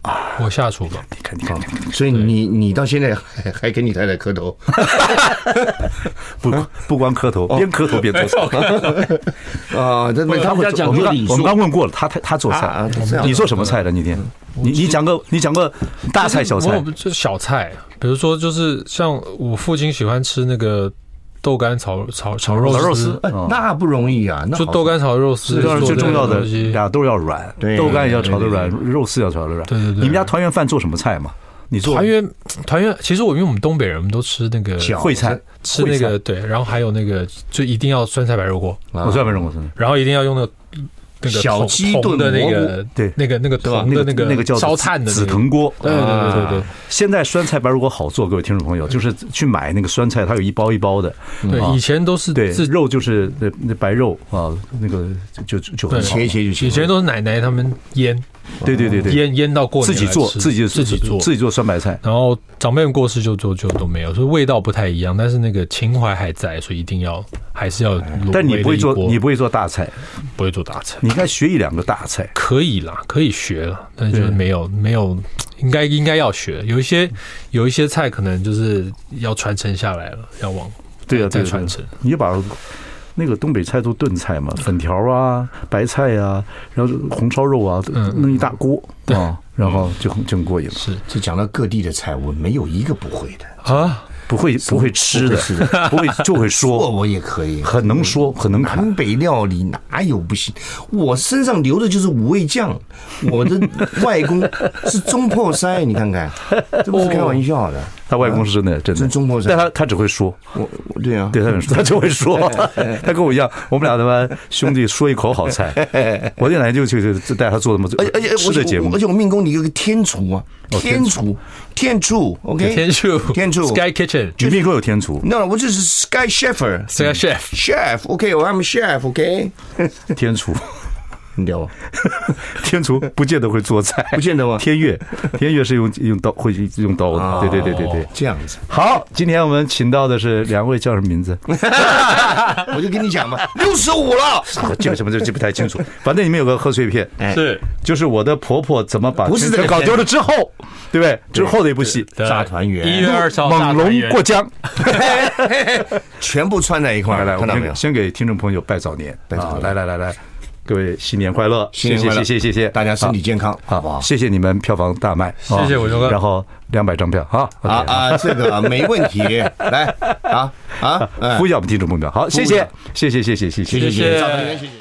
Speaker 1: 啊
Speaker 2: 我下厨房。
Speaker 1: 你看你看，你看
Speaker 3: 所以你你到现在还还跟你太太 磕头，
Speaker 1: 不不光磕头，边磕头边做菜。
Speaker 3: 啊，这
Speaker 1: 她
Speaker 3: 他
Speaker 1: 会做我们刚我们刚问过了，她她她做
Speaker 3: 啊啊
Speaker 1: 菜
Speaker 3: 她这，样
Speaker 1: 你做什么菜的那天？
Speaker 3: 嗯
Speaker 1: 你你讲个你讲个大菜小
Speaker 2: 我
Speaker 1: 菜
Speaker 2: 有就小菜，比如说就是像我父亲喜欢吃那个豆干炒炒炒肉
Speaker 1: 炒肉
Speaker 2: 丝
Speaker 1: 丝，哦
Speaker 3: 哎那不容易啊，那
Speaker 2: 就
Speaker 3: 好
Speaker 2: 豆干炒肉丝，
Speaker 1: 最重要最重要的
Speaker 2: 东西
Speaker 1: 俩都要软，
Speaker 3: 对
Speaker 1: 豆干也要炒得
Speaker 3: 对对
Speaker 1: 软，肉丝也要炒得软。
Speaker 2: 对对对
Speaker 1: 你们家团圆饭做什么菜嘛？你做
Speaker 2: 团圆团圆，其实我因为我们东北人，我们都吃那个
Speaker 3: 饺
Speaker 1: 烩菜，
Speaker 2: 吃那
Speaker 1: 烩
Speaker 2: 个对，然后还有那个就一定要酸菜白肉锅，
Speaker 1: 我专门认过真的。
Speaker 2: 然后一定要用那个那个
Speaker 3: 小
Speaker 2: 铜
Speaker 3: 鸡
Speaker 2: 铜
Speaker 3: 炖
Speaker 2: 的那
Speaker 3: 蘑菇
Speaker 2: 个
Speaker 1: 对
Speaker 2: 那个那个
Speaker 1: 吧
Speaker 2: 铜的
Speaker 1: 那个那个叫
Speaker 2: 烧炭的
Speaker 1: 紫
Speaker 2: 那个
Speaker 1: 藤锅。啊
Speaker 2: 对对对对对。
Speaker 1: 现在酸菜白肉锅好做，各位听众朋友，就是去买那个酸菜，它有一包一包的。啊
Speaker 2: 对，以前都是
Speaker 1: 对
Speaker 2: 自
Speaker 1: 肉就是那那白肉啊，那个就就就很好
Speaker 3: 切一。切就行。
Speaker 2: 以前都是奶奶他们腌
Speaker 1: 对对对对，
Speaker 2: 腌腌到过年
Speaker 1: 自己
Speaker 2: 来
Speaker 1: 做
Speaker 2: 吃
Speaker 1: 自己
Speaker 2: 自己做
Speaker 1: 自己做酸白菜。
Speaker 2: 然后长辈们过世就就就都没有，所以味道不太一样，但是那个情怀还在，所以一定要还是要。
Speaker 1: 但你不会做，你不会做大菜，
Speaker 2: 不会做大菜，
Speaker 1: 你应该学一两个大菜。
Speaker 2: 可以啦，可以学了，但是就是
Speaker 1: 对
Speaker 2: 没有没有，应该应该要学。有一些有一些菜可能就是要传承下来了，要往
Speaker 1: 对啊，
Speaker 2: 再
Speaker 1: 对啊
Speaker 2: 传承。
Speaker 1: 你就把那个东北菜都炖菜嘛，粉条啊、白菜啊，然后红烧肉啊，
Speaker 2: 嗯
Speaker 1: 弄一大锅
Speaker 2: 对嗯
Speaker 1: 啊，然后就很就很过瘾了。
Speaker 2: 是
Speaker 3: 就讲到各地的菜，我没有一个不会的，
Speaker 2: 啊，
Speaker 1: 不会不会吃
Speaker 3: 不
Speaker 1: 的
Speaker 3: 会吃，
Speaker 1: 不会就会
Speaker 3: 做
Speaker 1: 说，
Speaker 3: 我也可以。
Speaker 1: 很能说，很能侃。
Speaker 2: 嗯
Speaker 3: 南北料理哪有不行？我身上流的就是五味酱，我的外 公是中破塞，你看看，这不是开玩笑的。
Speaker 1: 他外公是
Speaker 2: 嗯
Speaker 1: 真的真的
Speaker 3: 真中国人
Speaker 1: 但他他只会说，
Speaker 3: 我我对啊，
Speaker 1: 对他很他只会说，他跟我一样，我们俩他妈兄弟说一口好菜。我这两天就去就就带他做那么
Speaker 3: 而且而且
Speaker 1: 吃的节
Speaker 3: 我
Speaker 1: 目哦
Speaker 3: 而，且我命宫里有个天厨啊，天厨天厨，OK，
Speaker 2: 天柱
Speaker 3: 天厨
Speaker 2: Sky Kitchen
Speaker 1: 你命中有天厨，
Speaker 3: ，no，我这是 Sky Chef。
Speaker 2: Sky Chef，
Speaker 3: Chef，OK，、我 I'm chef，OK，、
Speaker 1: 天厨，
Speaker 3: 你掉吧，
Speaker 1: 天厨不见得会做菜，
Speaker 3: 不见得吗？
Speaker 1: 天悦，天悦是用用刀会用刀的，对对对对对。
Speaker 3: 这样子，
Speaker 1: 好，今天我们请到的是两位叫什么名字？
Speaker 3: 我就跟你讲嘛， 六十五了，
Speaker 1: 记不什么就记不太清楚，反正你们有个贺岁片，
Speaker 2: 是
Speaker 1: 就是我的婆婆怎么把
Speaker 3: 不是这个
Speaker 1: 全搞丢了之后，对不对？之后的一部戏，
Speaker 3: 大团圆
Speaker 2: 一月二十号大
Speaker 1: 猛
Speaker 2: 团
Speaker 1: 龙
Speaker 2: 圆
Speaker 1: 过江。
Speaker 3: 全部串在一块
Speaker 1: 来
Speaker 3: 儿
Speaker 1: 来，我
Speaker 3: 了，看到没有
Speaker 1: 们？先给听众朋友拜早年，
Speaker 3: 拜早
Speaker 1: 啊
Speaker 3: 年
Speaker 1: 来来来来，各位新年快乐，
Speaker 3: 新年快乐
Speaker 1: 谢谢谢谢谢谢，
Speaker 3: 大家身体健康，
Speaker 1: 好
Speaker 3: 好不好？
Speaker 1: 谢谢你们票房大卖，谢
Speaker 2: 谢我牛哥
Speaker 1: 然后两百张票，好
Speaker 3: 啊，啊，这个没问题，来啊啊，
Speaker 1: OK，
Speaker 3: 哎
Speaker 1: 呼吁一下我们听众朋友，好，谢
Speaker 3: 呼吁一
Speaker 1: 谢
Speaker 3: 下
Speaker 1: 谢谢谢谢谢谢
Speaker 2: 谢
Speaker 3: 谢谢，赵团圆，谢谢。